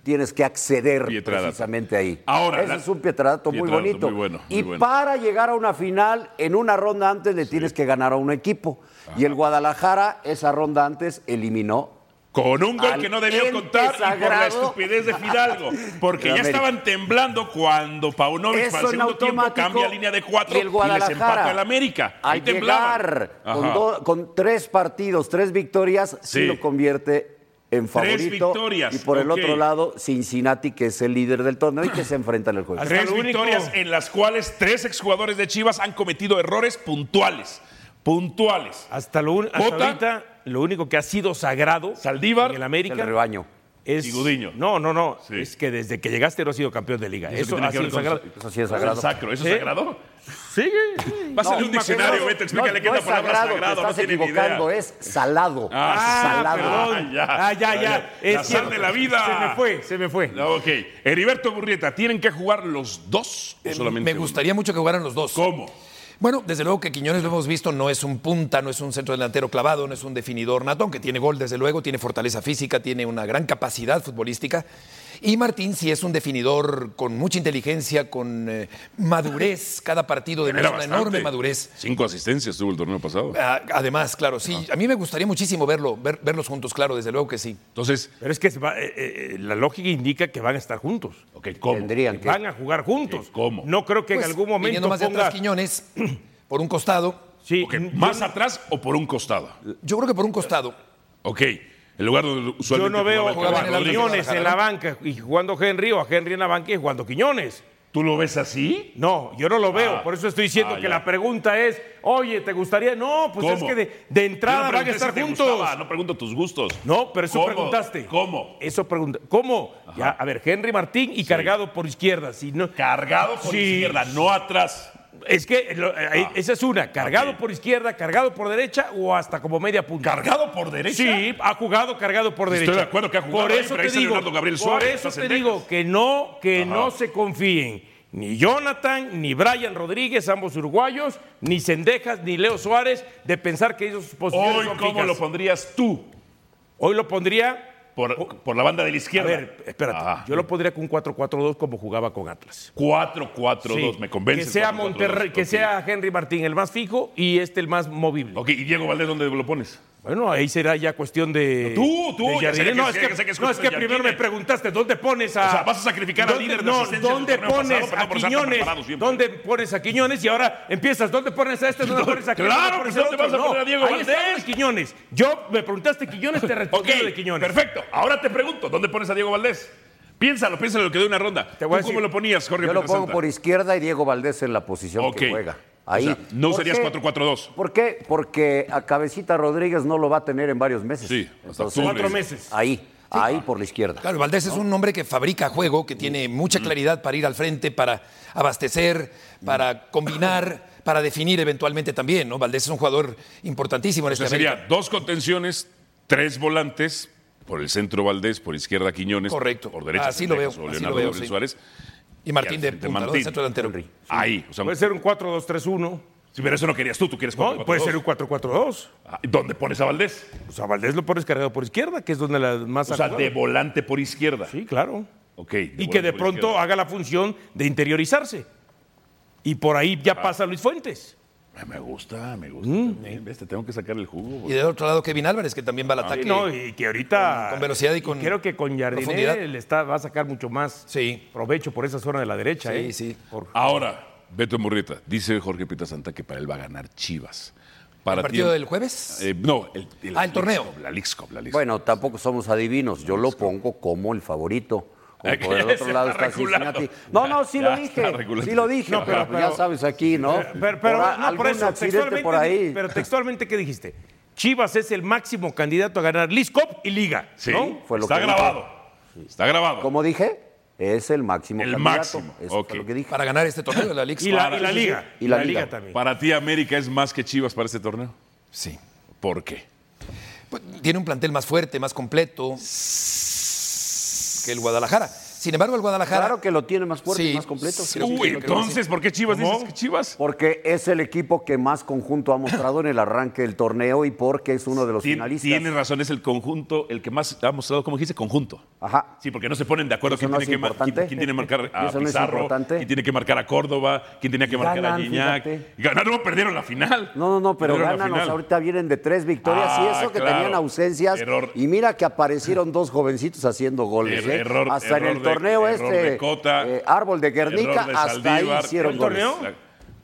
[SPEAKER 7] tienes que acceder
[SPEAKER 5] Pietradato.
[SPEAKER 7] precisamente ahí.
[SPEAKER 5] Ahora,
[SPEAKER 7] Ese
[SPEAKER 5] la-
[SPEAKER 7] es un pietradato muy
[SPEAKER 5] Pietradato,
[SPEAKER 7] bonito.
[SPEAKER 5] muy bueno, muy
[SPEAKER 7] y
[SPEAKER 5] bueno.
[SPEAKER 7] para llegar a una final, en una ronda antes le tienes que ganar a un equipo. Y el Guadalajara, esa ronda antes, eliminó.
[SPEAKER 5] Con un gol
[SPEAKER 7] Al
[SPEAKER 5] que no debió
[SPEAKER 7] ente
[SPEAKER 5] contar y por la
[SPEAKER 7] sagrado.
[SPEAKER 5] estupidez de Fidalgo. Porque ya
[SPEAKER 7] La América.
[SPEAKER 5] estaban temblando cuando Paunovic para el
[SPEAKER 7] Eso en
[SPEAKER 5] segundo tiempo
[SPEAKER 7] automático.
[SPEAKER 5] cambia línea de cuatro
[SPEAKER 7] y
[SPEAKER 5] y, les
[SPEAKER 7] el
[SPEAKER 5] empata
[SPEAKER 7] Guadalajara.
[SPEAKER 5] el América. Ahí
[SPEAKER 7] Al
[SPEAKER 5] temblaban.
[SPEAKER 7] llegar con,
[SPEAKER 5] Ajá.
[SPEAKER 7] do- con tres partidos, tres victorias, sí,
[SPEAKER 5] Sí.
[SPEAKER 7] lo convierte en favorito.
[SPEAKER 5] victorias,
[SPEAKER 7] Y por el
[SPEAKER 5] ok.
[SPEAKER 7] otro lado, Cincinnati, que es el líder del torneo y que se enfrenta en el juego.
[SPEAKER 6] Hasta
[SPEAKER 5] Tres
[SPEAKER 6] lo único-
[SPEAKER 5] victorias en las cuales tres exjugadores de Chivas han cometido errores puntuales. Puntuales. Ah,
[SPEAKER 6] Hasta, lo, un- hasta
[SPEAKER 5] Bota.
[SPEAKER 6] ahorita, lo único que ha sido sagrado
[SPEAKER 5] Saldívar,
[SPEAKER 6] en el
[SPEAKER 7] Es
[SPEAKER 6] América
[SPEAKER 7] el rebaño.
[SPEAKER 6] es.
[SPEAKER 5] Y Gudiño.
[SPEAKER 6] No, no, no.
[SPEAKER 5] Sí.
[SPEAKER 6] Es que desde que llegaste no has sido campeón de liga.
[SPEAKER 5] ¿Y eso
[SPEAKER 6] Eso,
[SPEAKER 5] qué tiene
[SPEAKER 6] ha
[SPEAKER 5] que ver
[SPEAKER 6] sido
[SPEAKER 5] con
[SPEAKER 6] sagrado.
[SPEAKER 7] Eso sí es
[SPEAKER 5] Eso es
[SPEAKER 7] sagrado.
[SPEAKER 5] sacro, eso
[SPEAKER 6] ¿Eh?
[SPEAKER 5] es sagrado.
[SPEAKER 6] Sigue.
[SPEAKER 5] Pásale
[SPEAKER 7] No,
[SPEAKER 5] un diccionario,
[SPEAKER 7] no,
[SPEAKER 5] vete, explícale
[SPEAKER 7] no,
[SPEAKER 5] qué es
[SPEAKER 7] no
[SPEAKER 5] la
[SPEAKER 7] es
[SPEAKER 5] palabra
[SPEAKER 7] sagrado,
[SPEAKER 5] sagrado,
[SPEAKER 7] te
[SPEAKER 5] no
[SPEAKER 7] estás
[SPEAKER 5] tiene ni idea.
[SPEAKER 7] equivocando, ¿eh? es salado.
[SPEAKER 6] Ah,
[SPEAKER 7] salado.
[SPEAKER 6] perdón.
[SPEAKER 5] Ah,
[SPEAKER 6] Ah,
[SPEAKER 5] ya.
[SPEAKER 6] ya,
[SPEAKER 5] Ah,
[SPEAKER 6] ya.
[SPEAKER 5] ya.
[SPEAKER 6] Es
[SPEAKER 5] La sal
[SPEAKER 6] cierto.
[SPEAKER 5] de la vida.
[SPEAKER 6] Se me fue, se me fue.
[SPEAKER 5] No, ok. Heriberto Burrieta, ¿tienen que jugar los dos
[SPEAKER 7] Eh,
[SPEAKER 5] o solamente
[SPEAKER 8] Eh, Me
[SPEAKER 5] uno?
[SPEAKER 8] gustaría mucho que jugaran los dos.
[SPEAKER 5] ¿Cómo?
[SPEAKER 8] Bueno, desde luego que Quiñones lo hemos visto, no es un punta, no es un centro delantero clavado, no es un definidor nato, aunque tiene gol, desde luego, tiene fortaleza física, tiene una gran capacidad futbolística. Y Martín sí es un definidor con mucha inteligencia, con eh, madurez. Cada partido
[SPEAKER 5] Genera
[SPEAKER 8] demuestra una
[SPEAKER 5] bastante.
[SPEAKER 8] enorme madurez.
[SPEAKER 5] Cinco asistencias tuvo el torneo pasado.
[SPEAKER 8] Ah, Además, claro, sí. A mí me gustaría muchísimo verlo, ver- verlos juntos, claro, desde luego que sí.
[SPEAKER 5] Entonces,
[SPEAKER 6] Pero es que se va- eh, eh, la lógica indica que van a estar juntos.
[SPEAKER 5] ok, ¿cómo?
[SPEAKER 7] Tendrían que-
[SPEAKER 6] Van a jugar juntos.
[SPEAKER 5] Eh, ¿cómo?
[SPEAKER 6] No creo que
[SPEAKER 8] Pues,
[SPEAKER 6] en algún momento
[SPEAKER 8] viniendo más de
[SPEAKER 6] ponga...
[SPEAKER 8] atrás Quiñones por un costado.
[SPEAKER 6] Sí,
[SPEAKER 5] Ok,
[SPEAKER 6] yo-
[SPEAKER 5] ¿Más atrás o por un costado?
[SPEAKER 8] Yo creo que por un costado.
[SPEAKER 5] Ok, el lugar donde
[SPEAKER 6] Yo
[SPEAKER 5] usualmente
[SPEAKER 6] no veo
[SPEAKER 5] jugaba el
[SPEAKER 8] jugaba
[SPEAKER 5] Cabal
[SPEAKER 6] a
[SPEAKER 8] en el
[SPEAKER 5] Rodríguez.
[SPEAKER 6] Quiñones en la banca y jugando Henry o a Henry en la banca y jugando Quiñones.
[SPEAKER 5] ¿Tú lo ves así?
[SPEAKER 6] No, yo no lo veo.
[SPEAKER 5] Ah.
[SPEAKER 6] por eso estoy diciendo
[SPEAKER 5] Ah,
[SPEAKER 6] que
[SPEAKER 5] ya.
[SPEAKER 6] la pregunta es, oye, ¿te gustaría? No, pues es
[SPEAKER 5] ¿Cómo?
[SPEAKER 6] que de, de
[SPEAKER 5] Yo
[SPEAKER 6] entrada
[SPEAKER 5] no
[SPEAKER 6] van a
[SPEAKER 5] pregunté
[SPEAKER 6] estar
[SPEAKER 5] si te
[SPEAKER 6] juntos.
[SPEAKER 5] gustaba, no pregunto tus gustos.
[SPEAKER 6] No, pero eso
[SPEAKER 5] ¿Cómo?
[SPEAKER 6] preguntaste.
[SPEAKER 5] ¿Cómo?
[SPEAKER 6] Eso pregunta. ¿Cómo? Ya, a ver, Henry Martín y cargado por izquierda. Si no,
[SPEAKER 5] Cargado por
[SPEAKER 6] Sí.
[SPEAKER 5] izquierda, no atrás.
[SPEAKER 6] es que lo- eh, ahí- esa es una, cargado
[SPEAKER 5] Ok.
[SPEAKER 6] por izquierda, cargado por derecha o hasta como media punta.
[SPEAKER 5] ¿Cargado por derecha?
[SPEAKER 6] Sí, ha jugado cargado por
[SPEAKER 5] Estoy
[SPEAKER 6] derecha.
[SPEAKER 5] de acuerdo que ha jugado
[SPEAKER 6] Por
[SPEAKER 5] ahí,
[SPEAKER 6] eso
[SPEAKER 5] pero
[SPEAKER 6] te
[SPEAKER 5] ahí está
[SPEAKER 6] digo,
[SPEAKER 5] Leonardo Gabriel
[SPEAKER 6] por
[SPEAKER 5] Suárez,
[SPEAKER 6] eso
[SPEAKER 5] estás
[SPEAKER 6] te
[SPEAKER 5] en
[SPEAKER 6] digo
[SPEAKER 5] Texas.
[SPEAKER 6] que no, que
[SPEAKER 5] Ajá.
[SPEAKER 6] no se confíen. Ni Jonathan, ni Brian Rodríguez, ambos uruguayos, ni Sendejas, ni Leo Suárez, de pensar que ellos sus posiciones
[SPEAKER 5] Hoy,
[SPEAKER 6] son
[SPEAKER 5] ¿cómo
[SPEAKER 6] fijas.
[SPEAKER 5] lo pondrías tú?
[SPEAKER 6] Hoy lo pondría
[SPEAKER 5] Por, por la banda de la
[SPEAKER 6] Oh. A
[SPEAKER 5] izquierda.
[SPEAKER 6] ver, espérate.
[SPEAKER 5] Ajá.
[SPEAKER 6] Yo lo pondría con 4-4-2 como jugaba con Atlas.
[SPEAKER 5] 4-4-2,
[SPEAKER 6] Sí,
[SPEAKER 5] me convence.
[SPEAKER 6] Que
[SPEAKER 5] el
[SPEAKER 6] sea
[SPEAKER 5] 4-4-2,
[SPEAKER 6] Monterrey, que
[SPEAKER 5] ok.
[SPEAKER 6] sea Henry Martín el más fijo y este el más movible.
[SPEAKER 5] Ok, ¿y Diego Valdés dónde lo pones?
[SPEAKER 6] Bueno, ahí será ya cuestión de.
[SPEAKER 5] Tú, tú,
[SPEAKER 6] de
[SPEAKER 5] ya sé
[SPEAKER 6] Jardine.
[SPEAKER 5] que-
[SPEAKER 6] No, es
[SPEAKER 5] ya
[SPEAKER 6] que,
[SPEAKER 5] sé que es
[SPEAKER 6] no, es que
[SPEAKER 5] cuestión de
[SPEAKER 6] primero
[SPEAKER 5] Jardine.
[SPEAKER 6] me preguntaste, ¿dónde pones a.
[SPEAKER 5] O sea, ¿vas a sacrificar al líder de las
[SPEAKER 6] No,
[SPEAKER 5] asistencias del
[SPEAKER 6] ¿dónde
[SPEAKER 5] torneo pasado
[SPEAKER 6] pones
[SPEAKER 5] para no
[SPEAKER 6] a
[SPEAKER 5] forzarte
[SPEAKER 6] Quiñones?
[SPEAKER 5] preparados siempre?
[SPEAKER 6] ¿Dónde pones a Quiñones? Y ahora empiezas, ¿dónde pones a este? ¿Dónde pones a aquel?
[SPEAKER 5] Claro,
[SPEAKER 6] pones
[SPEAKER 5] pues,
[SPEAKER 6] al
[SPEAKER 5] ¿dónde
[SPEAKER 6] otro?
[SPEAKER 5] vas a poner a Diego
[SPEAKER 6] ahí está
[SPEAKER 5] Valdés?
[SPEAKER 6] el Quiñones. Yo me preguntaste Quiñones, te respondí lo de Quiñones.
[SPEAKER 5] perfecto. Ahora te pregunto, ¿dónde pones a Diego Valdés? Piénsalo, piénsalo lo que de una ronda.
[SPEAKER 6] Te voy a
[SPEAKER 5] ¿Tú
[SPEAKER 6] decir-
[SPEAKER 5] cómo lo ponías, Jorge
[SPEAKER 7] Yo lo
[SPEAKER 5] Pietrasanta?
[SPEAKER 7] pongo por izquierda y Diego Valdés en la posición
[SPEAKER 5] Ok.
[SPEAKER 7] que juega.
[SPEAKER 5] O
[SPEAKER 7] Ahí.
[SPEAKER 5] sea, no
[SPEAKER 7] ¿Por
[SPEAKER 5] usarías
[SPEAKER 7] qué?
[SPEAKER 5] 4-4-2.
[SPEAKER 7] ¿Por qué? Porque a Cabecita Rodríguez no lo va a tener en varios meses.
[SPEAKER 5] Sí, hasta
[SPEAKER 7] Entonces,
[SPEAKER 5] octubre.
[SPEAKER 6] Cuatro meses.
[SPEAKER 7] Ahí, ahí por la izquierda.
[SPEAKER 8] Claro, Valdés es un hombre que fabrica juego, que tiene
[SPEAKER 6] Mm.
[SPEAKER 8] mucha claridad para ir al frente, para abastecer,
[SPEAKER 6] Mm.
[SPEAKER 8] para combinar, para definir eventualmente también, ¿no? Valdés es un jugador importantísimo en
[SPEAKER 5] O sea,
[SPEAKER 8] este
[SPEAKER 5] sería dos contenciones, tres volantes, por el centro Valdés, por izquierda Quiñones.
[SPEAKER 8] Correcto.
[SPEAKER 5] Por derecha
[SPEAKER 8] Así lo veo,
[SPEAKER 5] Cendejas o
[SPEAKER 8] así
[SPEAKER 5] Leonardo
[SPEAKER 8] lo veo,
[SPEAKER 5] Gabriel
[SPEAKER 8] sí.
[SPEAKER 5] Suárez.
[SPEAKER 8] Y Martín
[SPEAKER 5] Y al
[SPEAKER 8] de
[SPEAKER 5] frente
[SPEAKER 8] punta, ¿no?
[SPEAKER 5] Martín.
[SPEAKER 8] Centro delantero.
[SPEAKER 5] Ahí. O sea,
[SPEAKER 8] Pues-
[SPEAKER 6] Puede ser un 4-2-3-1.
[SPEAKER 5] sí, pero eso no querías tú, tú quieres
[SPEAKER 6] No,
[SPEAKER 5] 4-4-2.
[SPEAKER 6] puede ser un 4-4-2.
[SPEAKER 5] Ah, ¿Dónde pones a Valdés?
[SPEAKER 6] Pues a Valdés lo pones cargado por izquierda, que es donde la más
[SPEAKER 5] O sea,
[SPEAKER 6] ha jugado.
[SPEAKER 5] de volante por izquierda.
[SPEAKER 6] Sí, claro.
[SPEAKER 5] Ok.
[SPEAKER 6] Y
[SPEAKER 5] volante
[SPEAKER 6] que de
[SPEAKER 5] por
[SPEAKER 6] pronto
[SPEAKER 5] izquierda.
[SPEAKER 6] haga la función de interiorizarse. Y por ahí ya pasa Luis Fuentes.
[SPEAKER 5] Ah, Me gusta, me gusta. también, ¿Ves? Te tengo que sacar el jugo.
[SPEAKER 8] Mm. Y del otro lado Kevin Álvarez, que también va al ataque.
[SPEAKER 6] Ah, Sí, no, y que ahorita.
[SPEAKER 8] Con- con velocidad y con
[SPEAKER 6] Creo que con
[SPEAKER 8] profundidad.
[SPEAKER 6] Jardiné le está, va a sacar mucho más
[SPEAKER 8] Sí.
[SPEAKER 6] provecho por esa zona de la derecha.
[SPEAKER 8] Sí,
[SPEAKER 6] ¿eh?
[SPEAKER 8] sí.
[SPEAKER 6] Por-
[SPEAKER 5] Ah, Ahora, Beto Murrieta, dice Jorge Pita Santa que para él va a ganar Chivas. Para
[SPEAKER 8] ¿El partido
[SPEAKER 5] ti-
[SPEAKER 8] del jueves?
[SPEAKER 5] Eh, no, el,
[SPEAKER 8] Ah, el
[SPEAKER 5] Leagues
[SPEAKER 8] torneo.
[SPEAKER 5] Cup, la Leagues Cup, la Leagues
[SPEAKER 7] Bueno, tampoco somos adivinos. Yo lo pongo como el favorito. Como por el
[SPEAKER 5] Ya
[SPEAKER 7] otro
[SPEAKER 5] se
[SPEAKER 7] lado
[SPEAKER 5] está
[SPEAKER 7] está
[SPEAKER 5] regulando.
[SPEAKER 7] Cincinnati. No, no, sí lo
[SPEAKER 5] Ya está
[SPEAKER 7] dije.
[SPEAKER 5] regulando.
[SPEAKER 7] Sí lo dije,
[SPEAKER 5] No,
[SPEAKER 7] pero,
[SPEAKER 5] pero-
[SPEAKER 7] pues, ya sabes aquí, ¿no?
[SPEAKER 6] Pero, pero
[SPEAKER 7] Por a-
[SPEAKER 6] no, por
[SPEAKER 7] algún
[SPEAKER 6] eso,
[SPEAKER 7] accidente
[SPEAKER 6] textualmente,
[SPEAKER 7] por ahí.
[SPEAKER 6] pero textualmente, ¿qué dijiste? Chivas es el máximo candidato a ganar League Cup y Liga.
[SPEAKER 5] Sí,
[SPEAKER 6] ¿no?
[SPEAKER 7] Fue lo
[SPEAKER 5] está
[SPEAKER 7] que dije.
[SPEAKER 5] grabado. Está grabado.
[SPEAKER 7] Como dije, es el máximo
[SPEAKER 5] El
[SPEAKER 7] candidato.
[SPEAKER 5] máximo,
[SPEAKER 7] Eso fue
[SPEAKER 5] ok.
[SPEAKER 7] lo que dije.
[SPEAKER 8] Para ganar este torneo de la Liga.
[SPEAKER 6] Y la,
[SPEAKER 8] Para-
[SPEAKER 6] y la Liga.
[SPEAKER 7] Y la Liga.
[SPEAKER 6] también.
[SPEAKER 5] Para ti, América es más que Chivas para este torneo.
[SPEAKER 8] Sí.
[SPEAKER 5] ¿Por qué?
[SPEAKER 8] Pues, tiene un plantel más fuerte, más completo que el Guadalajara. Sin embargo, el Guadalajara.
[SPEAKER 7] Claro que lo tiene más fuerte y
[SPEAKER 8] Sí,
[SPEAKER 7] más completo.
[SPEAKER 8] sí,
[SPEAKER 7] Creo que
[SPEAKER 5] Uy,
[SPEAKER 7] sí lo tiene.
[SPEAKER 5] entonces, ¿por qué Chivas dices que Chivas?
[SPEAKER 7] Porque es el equipo que más conjunto ha mostrado en el arranque del torneo y porque es uno de los
[SPEAKER 5] Tien-
[SPEAKER 7] finalistas.
[SPEAKER 5] Tienes razón, es el conjunto, el que más ha mostrado, como dijiste, conjunto.
[SPEAKER 7] Ajá.
[SPEAKER 5] Sí, porque no se ponen de acuerdo
[SPEAKER 7] ¿Eso
[SPEAKER 5] quién,
[SPEAKER 7] no
[SPEAKER 5] tiene
[SPEAKER 7] es
[SPEAKER 5] que mar-
[SPEAKER 7] importante?
[SPEAKER 5] quién- quién tiene que marcar a
[SPEAKER 7] ¿Eso no es
[SPEAKER 5] Pizarro,
[SPEAKER 7] importante?
[SPEAKER 5] quién tiene que marcar a Córdoba, quién tenía que marcar
[SPEAKER 7] Ganan,
[SPEAKER 5] a Guiñac.
[SPEAKER 7] fíjate.
[SPEAKER 5] Ganaron, perdieron la final.
[SPEAKER 7] No, no, no, pero
[SPEAKER 5] Perdieron la
[SPEAKER 7] gánanos.
[SPEAKER 5] final.
[SPEAKER 7] Ahorita vienen de tres victorias y
[SPEAKER 5] Ah,
[SPEAKER 7] eso que
[SPEAKER 5] claro.
[SPEAKER 7] tenían ausencias.
[SPEAKER 5] Error.
[SPEAKER 7] Y mira que aparecieron dos jovencitos haciendo goles.
[SPEAKER 5] Er-
[SPEAKER 7] ¿eh?
[SPEAKER 5] error-
[SPEAKER 7] hasta en
[SPEAKER 5] error
[SPEAKER 7] el
[SPEAKER 5] de-
[SPEAKER 7] torneo
[SPEAKER 5] error
[SPEAKER 7] este,
[SPEAKER 5] de Cota,
[SPEAKER 7] eh, Árbol de Guernica,
[SPEAKER 5] error de
[SPEAKER 7] hasta ahí
[SPEAKER 5] Saldívar.
[SPEAKER 7] hicieron
[SPEAKER 5] ¿El
[SPEAKER 7] goles.
[SPEAKER 6] torneo?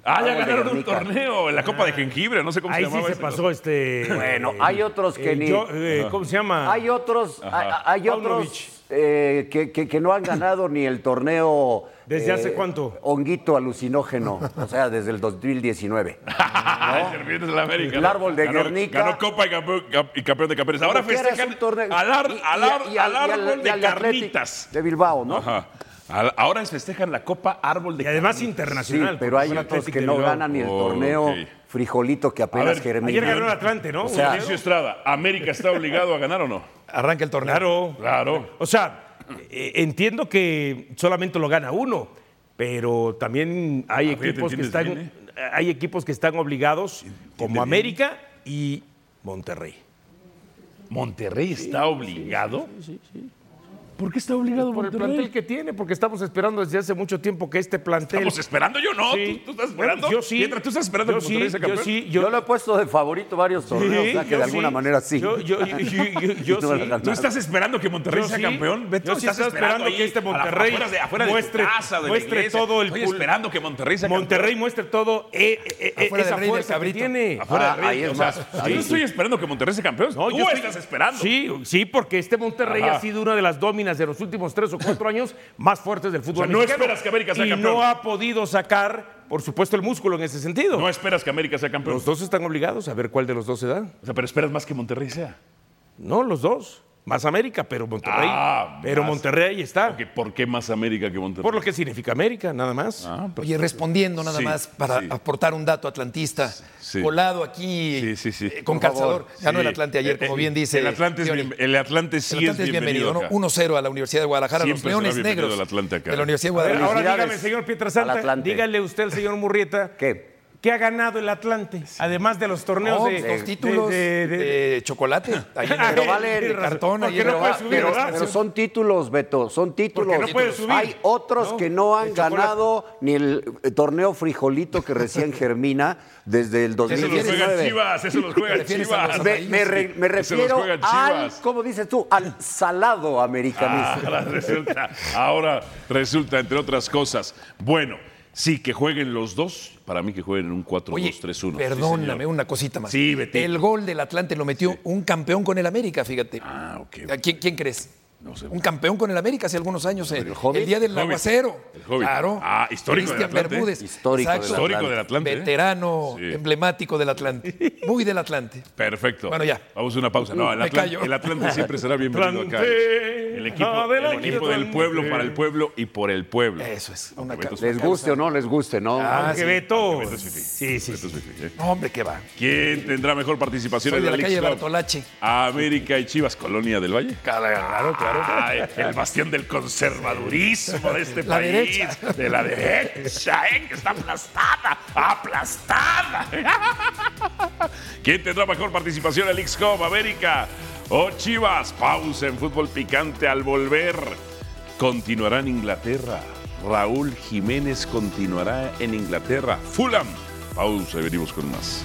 [SPEAKER 5] Ah,
[SPEAKER 7] Árbol
[SPEAKER 5] ya
[SPEAKER 7] de
[SPEAKER 5] ganaron un
[SPEAKER 7] Guernica.
[SPEAKER 5] torneo, en la Copa de Jengibre, no sé cómo
[SPEAKER 6] Ahí
[SPEAKER 5] se
[SPEAKER 6] sí
[SPEAKER 5] llamaba.
[SPEAKER 6] se
[SPEAKER 5] ese
[SPEAKER 6] pasó
[SPEAKER 5] torneo.
[SPEAKER 6] este.
[SPEAKER 7] Bueno, hay otros que
[SPEAKER 6] eh,
[SPEAKER 7] ni-
[SPEAKER 6] yo- eh, ¿Cómo se llama?
[SPEAKER 7] Ah. Hay otros, hay, hay
[SPEAKER 6] Paunovic.
[SPEAKER 7] otros eh, que, que- que no han ganado ni el torneo. eh,
[SPEAKER 6] ¿Desde hace cuánto?
[SPEAKER 7] Honguito alucinógeno, o sea, desde el 2019.
[SPEAKER 5] El Serpientes de la América.
[SPEAKER 7] El
[SPEAKER 5] ¿no?
[SPEAKER 7] árbol de
[SPEAKER 5] Ganó-
[SPEAKER 7] Guernica.
[SPEAKER 5] Ganó Copa y campeón, cap- y campeón de campeones. Ahora
[SPEAKER 7] Como quiera, es
[SPEAKER 5] festejan
[SPEAKER 7] un torneo.
[SPEAKER 5] al, ar-
[SPEAKER 7] Y- y-
[SPEAKER 5] al ar-
[SPEAKER 7] y al-
[SPEAKER 5] al
[SPEAKER 7] y al-
[SPEAKER 5] árbol
[SPEAKER 7] y
[SPEAKER 5] de
[SPEAKER 7] al Athletic
[SPEAKER 5] carnitas.
[SPEAKER 7] De Bilbao, ¿no?
[SPEAKER 5] Ajá. Al- Ahora festejan la Copa Árbol de
[SPEAKER 6] Y además
[SPEAKER 5] Carnitas.
[SPEAKER 7] Sí,
[SPEAKER 6] internacional.
[SPEAKER 7] pero hay
[SPEAKER 6] porque fue
[SPEAKER 7] otros
[SPEAKER 6] Athletic
[SPEAKER 7] que
[SPEAKER 6] de
[SPEAKER 7] no
[SPEAKER 6] Bilbao.
[SPEAKER 7] ganan ni el
[SPEAKER 5] Oh,
[SPEAKER 7] torneo
[SPEAKER 5] ok.
[SPEAKER 7] frijolito que apenas
[SPEAKER 5] ver,
[SPEAKER 7] germina.
[SPEAKER 6] Ayer ganó el Atlante, ¿no?
[SPEAKER 7] O sea,
[SPEAKER 5] Mauricio Estrada, ¿América está obligado a ganar o no?
[SPEAKER 8] Arranca el torneo.
[SPEAKER 6] claro.
[SPEAKER 5] Claro.
[SPEAKER 6] O sea, eh, entiendo que solamente lo gana uno, pero también hay
[SPEAKER 5] A ver,
[SPEAKER 6] equipos
[SPEAKER 5] te
[SPEAKER 6] que
[SPEAKER 5] entiendes
[SPEAKER 6] están
[SPEAKER 5] bien,
[SPEAKER 6] hay equipos que están obligados, como América y Monterrey.
[SPEAKER 5] ¿Monterrey está obligado?
[SPEAKER 1] ¿Por qué está obligado
[SPEAKER 6] Por el
[SPEAKER 1] Monterrey?
[SPEAKER 6] plantel que tiene, porque estamos esperando desde hace mucho tiempo que este plantel.
[SPEAKER 5] Estamos esperando, yo no.
[SPEAKER 6] Sí.
[SPEAKER 5] ¿Tú, tú estás esperando.
[SPEAKER 6] Bueno, yo sí.
[SPEAKER 5] Mientras tú estás esperando
[SPEAKER 6] yo
[SPEAKER 5] que
[SPEAKER 6] sí,
[SPEAKER 5] Monterrey sea
[SPEAKER 6] yo
[SPEAKER 5] campeón.
[SPEAKER 6] sí, yo,
[SPEAKER 7] Yo lo he puesto de favorito varios torneos,
[SPEAKER 6] Sí,
[SPEAKER 7] o sea que
[SPEAKER 6] yo
[SPEAKER 7] de alguna
[SPEAKER 6] sí.
[SPEAKER 7] manera sí.
[SPEAKER 6] Yo- yo- yo- yo-
[SPEAKER 7] No,
[SPEAKER 6] yo sí.
[SPEAKER 7] no, no.
[SPEAKER 5] Tú estás esperando que Monterrey
[SPEAKER 6] Yo
[SPEAKER 5] sea
[SPEAKER 6] sí.
[SPEAKER 5] campeón. Beto,
[SPEAKER 6] Yo sí
[SPEAKER 5] estás
[SPEAKER 6] estaba esperando
[SPEAKER 5] ahí
[SPEAKER 6] que este
[SPEAKER 5] a la-
[SPEAKER 6] Monterrey
[SPEAKER 5] afuera de, afuera
[SPEAKER 6] muestre-
[SPEAKER 5] de tu casa, de la
[SPEAKER 6] muestre
[SPEAKER 5] iglesia.
[SPEAKER 6] todo el
[SPEAKER 5] Estoy
[SPEAKER 6] pul-
[SPEAKER 5] esperando que Monterrey sea
[SPEAKER 6] Monterrey muestre todo eh, eh, eh,
[SPEAKER 8] Afuera del
[SPEAKER 6] esa
[SPEAKER 8] Rey del
[SPEAKER 6] fuerza que
[SPEAKER 8] Cabrito.
[SPEAKER 6] tiene.
[SPEAKER 5] campeón. Afuera
[SPEAKER 7] Ah,
[SPEAKER 5] de Rey.
[SPEAKER 7] ahí es
[SPEAKER 5] o sea,
[SPEAKER 7] más.
[SPEAKER 5] yo
[SPEAKER 7] Ahí
[SPEAKER 5] no
[SPEAKER 7] sí.
[SPEAKER 5] estoy esperando que Monterrey sea campeón.
[SPEAKER 6] No,
[SPEAKER 5] tú
[SPEAKER 6] yo estoy-
[SPEAKER 5] estás esperando.
[SPEAKER 6] Sí, sí, porque este Monterrey
[SPEAKER 5] Ajá.
[SPEAKER 6] ha sido una de las dóminas de los últimos tres o cuatro años más fuertes del fútbol
[SPEAKER 5] O sea, no
[SPEAKER 6] mexicano.
[SPEAKER 5] esperas que América sea
[SPEAKER 6] y
[SPEAKER 5] campeón.
[SPEAKER 6] no ha podido sacar, por supuesto, el músculo en ese sentido.
[SPEAKER 5] No esperas que América sea campeón.
[SPEAKER 6] Los dos están obligados a ver cuál de los dos se da.
[SPEAKER 5] O sea, pero esperas más que Monterrey sea.
[SPEAKER 6] No, los dos. Más América, pero Monterrey.
[SPEAKER 5] Ah,
[SPEAKER 6] pero
[SPEAKER 5] más.
[SPEAKER 6] Monterrey ahí está.
[SPEAKER 5] Porque, ¿Por qué más América que Monterrey?
[SPEAKER 6] Por lo que significa América, nada más.
[SPEAKER 5] Ah.
[SPEAKER 8] Oye, respondiendo nada
[SPEAKER 5] Sí,
[SPEAKER 8] más para
[SPEAKER 5] sí.
[SPEAKER 8] aportar un dato atlantista,
[SPEAKER 5] sí.
[SPEAKER 8] colado aquí
[SPEAKER 5] Sí, sí, sí.
[SPEAKER 8] eh, con
[SPEAKER 7] Por favor.
[SPEAKER 8] calzador. Ganó el
[SPEAKER 5] Sí.
[SPEAKER 8] Atlante ayer, como
[SPEAKER 5] Eh,
[SPEAKER 8] bien dice.
[SPEAKER 5] El Atlante, es
[SPEAKER 8] Diori.
[SPEAKER 5] bien- el Atlante sí
[SPEAKER 8] El Atlante
[SPEAKER 5] es bienvenido.
[SPEAKER 8] ¿no?
[SPEAKER 5] acá.
[SPEAKER 8] 1-0 a la Universidad de Guadalajara, los
[SPEAKER 5] Siempre será
[SPEAKER 8] Leones
[SPEAKER 5] bienvenido
[SPEAKER 8] Negros.
[SPEAKER 5] el Atlante acá.
[SPEAKER 8] De la Universidad de
[SPEAKER 6] A ver,
[SPEAKER 8] Guadalajara.
[SPEAKER 6] ahora
[SPEAKER 7] Felicidades
[SPEAKER 6] dígame, señor
[SPEAKER 7] al
[SPEAKER 6] Pietrasanta,
[SPEAKER 7] Atlante.
[SPEAKER 6] dígale usted al señor Murrieta.
[SPEAKER 7] ¿Qué?
[SPEAKER 6] ¿Qué ha ganado el Atlante? Además de los torneos
[SPEAKER 8] No,
[SPEAKER 6] de,
[SPEAKER 8] dos
[SPEAKER 6] de-
[SPEAKER 8] títulos Oh, de,
[SPEAKER 6] de- de-
[SPEAKER 8] chocolate. Ahí en el-
[SPEAKER 7] Pero
[SPEAKER 6] Tiene
[SPEAKER 7] vale,
[SPEAKER 6] razón,
[SPEAKER 8] cartón,
[SPEAKER 6] porque
[SPEAKER 8] ayer
[SPEAKER 6] no
[SPEAKER 8] lo
[SPEAKER 6] puede
[SPEAKER 8] va-
[SPEAKER 6] subir,
[SPEAKER 7] Pero,
[SPEAKER 6] ¿verdad?
[SPEAKER 7] pero son títulos, Beto, son títulos.
[SPEAKER 6] no puede subir.
[SPEAKER 7] Hay otros
[SPEAKER 6] No,
[SPEAKER 7] que no han
[SPEAKER 6] el chocolate.
[SPEAKER 7] ganado ni el eh, torneo frijolito que recién germina desde el
[SPEAKER 5] Eso los juegan
[SPEAKER 7] 2019.
[SPEAKER 5] Chivas, eso los juegan
[SPEAKER 8] refieres a los
[SPEAKER 5] Chivas.
[SPEAKER 7] Me, me re- me
[SPEAKER 5] Eso los
[SPEAKER 7] refiero
[SPEAKER 5] juegan
[SPEAKER 7] al,
[SPEAKER 5] Chivas. Ah.
[SPEAKER 7] ¿cómo dices tú? Al salado americanismo.
[SPEAKER 5] Ahora resulta, ahora resulta, entre otras cosas. Bueno, sí, que jueguen los dos. Para mí que jueguen en un 4-2-3-1.
[SPEAKER 8] Oye,
[SPEAKER 5] Sí,
[SPEAKER 8] perdóname
[SPEAKER 5] señor.
[SPEAKER 8] una cosita más.
[SPEAKER 5] Sí, Betito.
[SPEAKER 8] El gol del Atlante lo metió un campeón con el América, fíjate.
[SPEAKER 5] Ah, ok.
[SPEAKER 8] ¿A quién, quién crees?
[SPEAKER 5] No sé.
[SPEAKER 8] Un campeón con el América hace algunos años. eh, el,
[SPEAKER 7] Hobbit?
[SPEAKER 8] día del
[SPEAKER 5] Hobbit.
[SPEAKER 8] aguacero.
[SPEAKER 5] El Hobbit.
[SPEAKER 8] Claro.
[SPEAKER 5] Ah, histórico del
[SPEAKER 8] Cristian
[SPEAKER 5] Atlante.
[SPEAKER 8] Bermúdez.
[SPEAKER 7] Histórico
[SPEAKER 8] Exacto.
[SPEAKER 7] del
[SPEAKER 5] Histórico del Atlante. ¿eh?
[SPEAKER 8] Veterano
[SPEAKER 5] Sí.
[SPEAKER 8] emblemático del Atlante. Muy del Atlante.
[SPEAKER 5] Perfecto.
[SPEAKER 8] Bueno, ya.
[SPEAKER 5] Vamos a una pausa. No, el,
[SPEAKER 8] Me
[SPEAKER 5] Atlan-
[SPEAKER 8] callo.
[SPEAKER 5] el Atlante siempre será bienvenido acá.
[SPEAKER 6] Atlante,
[SPEAKER 5] El equipo, el
[SPEAKER 6] adelante,
[SPEAKER 5] equipo del
[SPEAKER 6] Atlante.
[SPEAKER 5] pueblo para el pueblo y por el pueblo.
[SPEAKER 8] Eso es. Una
[SPEAKER 5] Beto
[SPEAKER 8] ca-
[SPEAKER 7] Les guste o no les guste, ¿no?
[SPEAKER 8] Ah,
[SPEAKER 6] Aunque
[SPEAKER 8] sí.
[SPEAKER 6] Beto.
[SPEAKER 5] Beto es fifí.
[SPEAKER 6] Sí, sí,
[SPEAKER 5] Beto
[SPEAKER 6] sí.
[SPEAKER 5] es fifí, ¿eh?
[SPEAKER 8] No, hombre, qué va.
[SPEAKER 5] ¿Quién tendrá mejor participación
[SPEAKER 8] Soy
[SPEAKER 5] en
[SPEAKER 8] de la
[SPEAKER 5] Leagues
[SPEAKER 8] calle
[SPEAKER 5] Club?
[SPEAKER 8] Bartolache.
[SPEAKER 5] América y Chivas, Colonia del Valle.
[SPEAKER 8] Claro, claro.
[SPEAKER 5] Ay, el bastión del conservadurismo de este
[SPEAKER 8] La
[SPEAKER 5] país.
[SPEAKER 8] derecha.
[SPEAKER 5] De la derecha, ¿eh? Que está aplastada, aplastada. ¿Quién tendrá mejor participación en el X-Cup, América o Chivas? Pausa en fútbol picante al volver. Continuará en Inglaterra. Raúl Jiménez continuará en Inglaterra. Fulham. Pausa y venimos con más.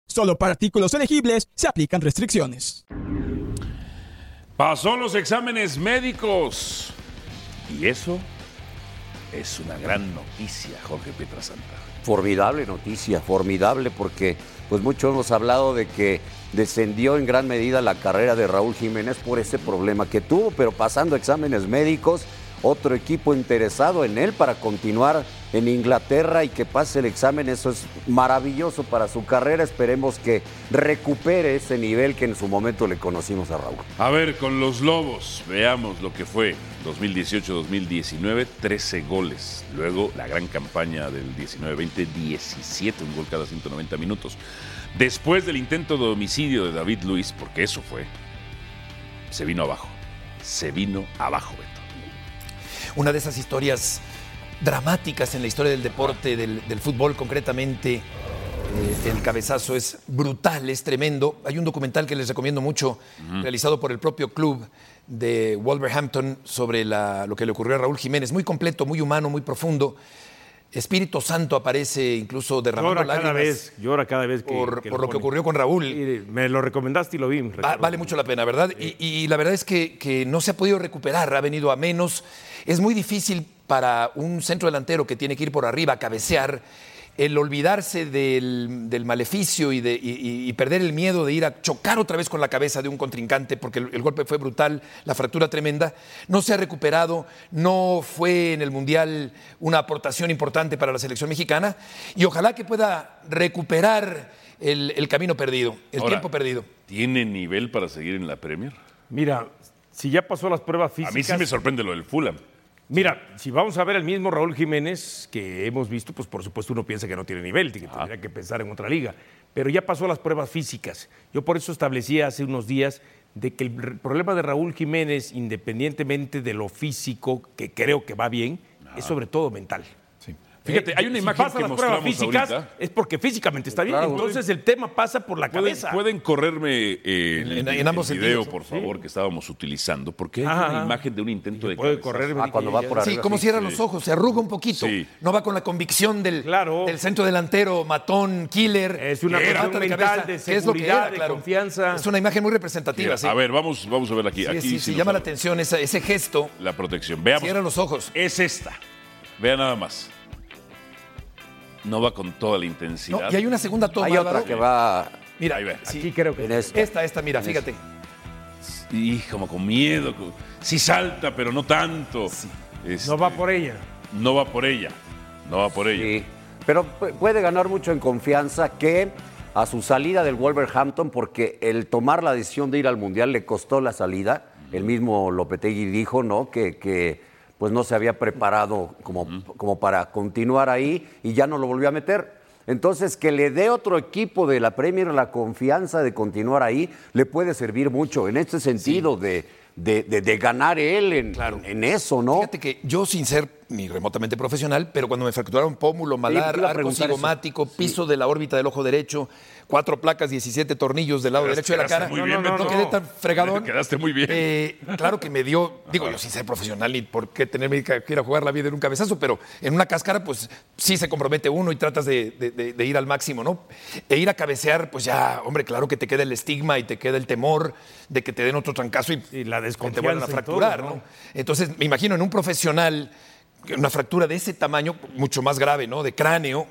[SPEAKER 9] Solo para artículos elegibles se aplican restricciones.
[SPEAKER 5] Pasó los exámenes médicos. Y eso es una gran noticia, Jorge Pietrasanta.
[SPEAKER 7] Formidable noticia, formidable porque pues mucho hemos hablado de que descendió en gran medida la carrera de Raúl Jiménez por ese problema que tuvo, pero pasando exámenes médicos, otro equipo interesado en él para continuar en Inglaterra y que pase el examen, eso es maravilloso para su carrera, esperemos que recupere ese nivel que en su momento le conocimos a Raúl.
[SPEAKER 5] A ver, con los Lobos, veamos lo que fue 2018-2019, 13 goles. Luego la gran campaña del 19-20, 17, un gol cada 190 minutos. Después del intento de homicidio de David Luis, porque eso fue, se vino abajo. Se vino abajo, Beto.
[SPEAKER 8] una de esas historias dramáticas en la historia del deporte, del, del fútbol concretamente. Eh, el cabezazo es brutal, es tremendo. Hay un documental que les recomiendo mucho, realizado por el propio club de Wolverhampton, sobre la- lo que le ocurrió a Raúl Jiménez. Muy completo, muy humano, muy profundo. Espíritu Santo aparece incluso derramando
[SPEAKER 6] Llora cada
[SPEAKER 8] lágrimas
[SPEAKER 6] vez, llora cada vez que,
[SPEAKER 8] por, por lo que
[SPEAKER 6] pone.
[SPEAKER 8] ocurrió con Raúl.
[SPEAKER 6] Y Me lo recomendaste y lo vi.
[SPEAKER 8] Va-
[SPEAKER 6] Ricardo.
[SPEAKER 8] vale mucho la pena, ¿verdad? Y, y la verdad es que, que no se ha podido recuperar, ha venido a menos. Es muy difícil para un centro delantero que tiene que ir por arriba a cabecear, el olvidarse del, del maleficio y, de, y- y- y perder el miedo de ir a chocar otra vez con la cabeza de un contrincante, porque el, el golpe fue brutal, la fractura tremenda, no se ha recuperado, no fue en el Mundial una aportación importante para la selección mexicana, y ojalá que pueda recuperar el, el camino perdido, el
[SPEAKER 5] Ahora,
[SPEAKER 8] tiempo perdido.
[SPEAKER 5] ¿Tiene nivel para seguir en la Premier?
[SPEAKER 6] Mira, si ya pasó las pruebas
[SPEAKER 5] A
[SPEAKER 6] físicas.
[SPEAKER 5] mí sí me sorprende lo del Fulham.
[SPEAKER 6] Mira, si vamos a ver el mismo Raúl Jiménez que hemos visto, pues por supuesto uno piensa que no tiene nivel, que tendría que pensar en otra liga. Pero ya pasó las pruebas físicas. Yo por eso establecí hace unos días de que el r- problema de Raúl Jiménez, independientemente de lo físico, que creo que va bien, es sobre todo mental.
[SPEAKER 5] Fíjate,
[SPEAKER 6] ¿Eh?
[SPEAKER 5] hay una
[SPEAKER 6] Si
[SPEAKER 5] imagen
[SPEAKER 6] pasa
[SPEAKER 5] que
[SPEAKER 6] las pruebas
[SPEAKER 5] mostramos
[SPEAKER 6] físicas
[SPEAKER 5] ahorita.
[SPEAKER 6] es porque físicamente está bien.
[SPEAKER 5] Claro.
[SPEAKER 6] Entonces el tema pasa por la
[SPEAKER 5] ¿Pueden,
[SPEAKER 6] cabeza.
[SPEAKER 5] pueden correrme eh, el,
[SPEAKER 8] En- en
[SPEAKER 5] el
[SPEAKER 8] ambos
[SPEAKER 5] video,
[SPEAKER 8] sentidos.
[SPEAKER 5] por favor, que estábamos utilizando? Porque hay
[SPEAKER 6] Ajá.
[SPEAKER 5] una imagen de un intento de
[SPEAKER 6] Puede
[SPEAKER 5] cabezazo.
[SPEAKER 6] correr.
[SPEAKER 7] Ah, cuando va por
[SPEAKER 8] Sí,
[SPEAKER 7] arriba.
[SPEAKER 8] como
[SPEAKER 7] sí.
[SPEAKER 8] cierra los ojos, se arruga un poquito.
[SPEAKER 5] Sí.
[SPEAKER 8] No va con la convicción del,
[SPEAKER 6] Claro.
[SPEAKER 8] del centro delantero, matón, killer.
[SPEAKER 6] Es una
[SPEAKER 8] que
[SPEAKER 6] cuestión
[SPEAKER 8] mata
[SPEAKER 6] mental, de
[SPEAKER 8] que es lo que
[SPEAKER 6] seguridad,
[SPEAKER 8] era,
[SPEAKER 6] de
[SPEAKER 8] claro.
[SPEAKER 6] confianza.
[SPEAKER 8] Es una imagen muy representativa.
[SPEAKER 5] Mira,
[SPEAKER 8] sí.
[SPEAKER 5] A ver, vamos, vamos a ver aquí.
[SPEAKER 8] Sí,
[SPEAKER 5] aquí
[SPEAKER 8] sí,
[SPEAKER 5] sí
[SPEAKER 8] sí,
[SPEAKER 5] nos
[SPEAKER 8] llama la
[SPEAKER 5] habla.
[SPEAKER 8] atención esa- ese gesto.
[SPEAKER 5] La protección. Veamos.
[SPEAKER 8] Cierra los ojos.
[SPEAKER 5] Es este, esta. Vea nada más. No va con toda la
[SPEAKER 8] No,
[SPEAKER 5] intensidad.
[SPEAKER 8] y hay una segunda toma.
[SPEAKER 7] Hay otra
[SPEAKER 8] Álvaro.
[SPEAKER 7] que va
[SPEAKER 8] Mira,
[SPEAKER 5] Ahí ve,
[SPEAKER 8] sí.
[SPEAKER 6] Aquí creo que
[SPEAKER 7] en esta.
[SPEAKER 8] Esta, esta, mira, fíjate.
[SPEAKER 5] Y como con miedo. con- Sí salta, pero no tanto. Este,
[SPEAKER 6] no va por ella.
[SPEAKER 5] No va por ella. No va por ella.
[SPEAKER 7] Sí, pero pu- puede ganar mucho en confianza que a su salida del Wolverhampton, porque el tomar la decisión de ir al Mundial le costó la salida. El mismo Lopetegui dijo, ¿no? Que, que, pues no se había preparado como, como para continuar ahí y ya no lo volvió a meter. Entonces, que le dé otro equipo de la Premier la confianza de continuar ahí, le puede servir mucho en este sentido de, de- de- de ganar él en, en eso, ¿no?
[SPEAKER 8] Fíjate que yo, sin ser ni remotamente profesional, pero cuando me fracturaron pómulo, malar,
[SPEAKER 7] te iba a
[SPEAKER 8] arco
[SPEAKER 7] preguntar eso.
[SPEAKER 8] cigomático, piso de la órbita del ojo derecho, cuatro placas, 17 tornillos del lado
[SPEAKER 5] Pero
[SPEAKER 8] derecho de la
[SPEAKER 5] quedaste
[SPEAKER 8] cara.
[SPEAKER 5] muy bien,
[SPEAKER 8] no,
[SPEAKER 5] Beto.
[SPEAKER 8] quedé tan fregadón.
[SPEAKER 5] Quedaste muy bien.
[SPEAKER 8] Eh, claro que me dio, digo yo, sin ser profesional, ni por qué tenerme que ir a jugar la vida en un cabezazo, pero en una cáscara, pues sí se compromete uno y tratas de, de- de- de ir al máximo, ¿no? E ir a cabecear, pues ya, hombre, claro que te queda el estigma y te queda el temor de que te den otro trancazo y
[SPEAKER 6] Y la
[SPEAKER 8] que te vuelvan
[SPEAKER 6] desconfianza
[SPEAKER 8] a
[SPEAKER 6] y
[SPEAKER 8] fracturar,
[SPEAKER 6] todo, ¿no?
[SPEAKER 8] ¿no? Entonces, me imagino en un profesional, una fractura de ese tamaño, mucho más grave, ¿no? De cráneo,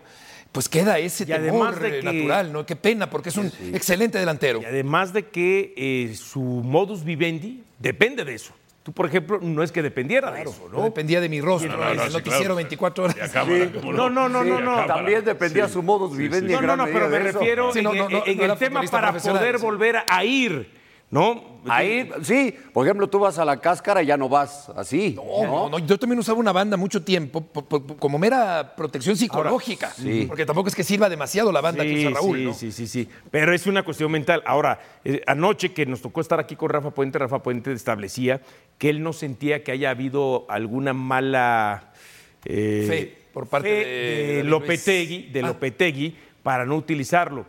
[SPEAKER 8] pues queda ese
[SPEAKER 6] Y además
[SPEAKER 8] temor
[SPEAKER 6] de
[SPEAKER 8] eh,
[SPEAKER 6] que-
[SPEAKER 8] natural, ¿no? Qué pena, porque es un excelente delantero.
[SPEAKER 6] Y además de que eh, su modus vivendi depende de eso. Tú, por ejemplo, no es que dependiera de eso,
[SPEAKER 8] No
[SPEAKER 6] ¿no?
[SPEAKER 8] dependía de mi rostro,
[SPEAKER 5] no, no,
[SPEAKER 8] el
[SPEAKER 5] sí,
[SPEAKER 8] noticiero
[SPEAKER 6] pues,
[SPEAKER 5] claro.
[SPEAKER 8] 24 horas.
[SPEAKER 5] Y a cámara, ¿cómo
[SPEAKER 6] No, no, no,
[SPEAKER 7] Sí,
[SPEAKER 6] no, no.
[SPEAKER 7] También dependía su modus vivendi en
[SPEAKER 6] No, no,
[SPEAKER 7] gran
[SPEAKER 6] no,
[SPEAKER 7] medida
[SPEAKER 6] pero me
[SPEAKER 7] de eso.
[SPEAKER 6] refiero
[SPEAKER 8] Sí,
[SPEAKER 6] en,
[SPEAKER 8] no, no,
[SPEAKER 6] en-
[SPEAKER 8] no,
[SPEAKER 6] en
[SPEAKER 8] no era
[SPEAKER 6] el tema
[SPEAKER 8] futbolista
[SPEAKER 6] para
[SPEAKER 8] profesional,
[SPEAKER 6] poder
[SPEAKER 8] sí.
[SPEAKER 6] volver a ir, ¿no?
[SPEAKER 7] Ahí, sí, por ejemplo, tú vas a la cáscara y ya no vas así.
[SPEAKER 8] No, no, no, yo también usaba una banda mucho tiempo po- po- po- como mera protección psicológica, porque tampoco es que sirva demasiado la banda que
[SPEAKER 6] Sí,
[SPEAKER 8] usa Raúl.
[SPEAKER 6] sí,
[SPEAKER 8] ¿no?
[SPEAKER 6] sí, sí, sí. Pero es una cuestión mental. Ahora, eh, anoche que nos tocó estar aquí con Rafa Puente, Rafa Puente establecía que él no sentía que haya habido alguna mala eh,
[SPEAKER 8] Fe por parte
[SPEAKER 6] fe
[SPEAKER 8] de- de Luis.
[SPEAKER 6] Lopetegui, de
[SPEAKER 8] Ah.
[SPEAKER 6] Lopetegui para no utilizarlo.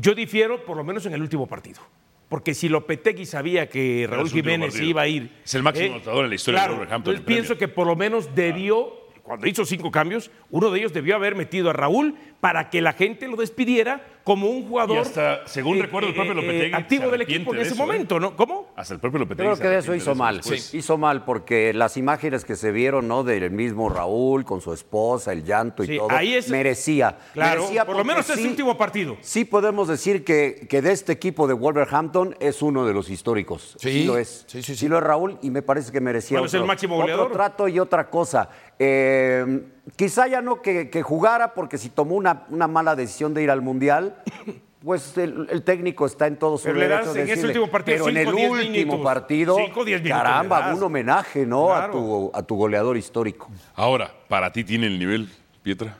[SPEAKER 6] Yo difiero, por lo menos en el último partido. Porque si Lopetegui sabía que
[SPEAKER 5] Era
[SPEAKER 6] Raúl
[SPEAKER 5] su último
[SPEAKER 6] Jiménez
[SPEAKER 5] partido.
[SPEAKER 6] iba a ir. ¿eh?
[SPEAKER 5] Es el máximo anotador en la historia del
[SPEAKER 6] claro,
[SPEAKER 5] Wolverhampton en
[SPEAKER 6] entonces pienso
[SPEAKER 5] Premier.
[SPEAKER 6] que por lo menos debió, cuando hizo cinco cambios, uno de ellos debió haber metido a Raúl para que la gente lo despidiera como un jugador. eh,
[SPEAKER 5] Y hasta, según recuerdo, el propio Lopetegui se
[SPEAKER 6] Activo del
[SPEAKER 5] arrepiente
[SPEAKER 6] equipo en
[SPEAKER 5] de
[SPEAKER 6] ese
[SPEAKER 5] eso, ¿eh?
[SPEAKER 6] momento, ¿no? ¿Cómo?
[SPEAKER 5] Hasta el propio Lopetegui
[SPEAKER 7] Creo
[SPEAKER 5] se
[SPEAKER 7] que de eso
[SPEAKER 5] arrepiente Pues,
[SPEAKER 7] hizo mal.
[SPEAKER 5] después.
[SPEAKER 7] Hizo mal porque las imágenes que se vieron, ¿no? Del mismo Raúl con su esposa, el llanto y
[SPEAKER 6] Sí,
[SPEAKER 7] todo,
[SPEAKER 6] ahí es-
[SPEAKER 7] merecía.
[SPEAKER 6] Claro,
[SPEAKER 7] Merecía
[SPEAKER 6] por lo
[SPEAKER 7] porque
[SPEAKER 6] menos es
[SPEAKER 7] sí-
[SPEAKER 6] su último partido.
[SPEAKER 7] Sí podemos decir que, que de este equipo de Wolverhampton es uno de los históricos.
[SPEAKER 8] Sí,
[SPEAKER 7] lo es.
[SPEAKER 8] sí, sí, sí.
[SPEAKER 7] lo es Raúl y me parece que merecía
[SPEAKER 6] Bueno, es el máximo
[SPEAKER 7] otro
[SPEAKER 6] goleador.
[SPEAKER 7] trato y otra cosa. Eh, quizá ya no que, que jugara porque si tomó una, una mala decisión de ir al Mundial, pues el, el técnico está en todo su
[SPEAKER 6] Pero le
[SPEAKER 7] derecho
[SPEAKER 6] das
[SPEAKER 7] de
[SPEAKER 6] en ese
[SPEAKER 7] decirle,
[SPEAKER 6] último partido
[SPEAKER 7] Pero en el
[SPEAKER 6] cinco, diez
[SPEAKER 7] último
[SPEAKER 6] minutos.
[SPEAKER 7] partido,
[SPEAKER 6] Cinco, diez minutos le
[SPEAKER 7] caramba,
[SPEAKER 6] das.
[SPEAKER 7] un homenaje, ¿no?
[SPEAKER 6] Claro.
[SPEAKER 7] A, tu, a tu goleador histórico.
[SPEAKER 5] Ahora, ¿para ti tiene el nivel, Pietra?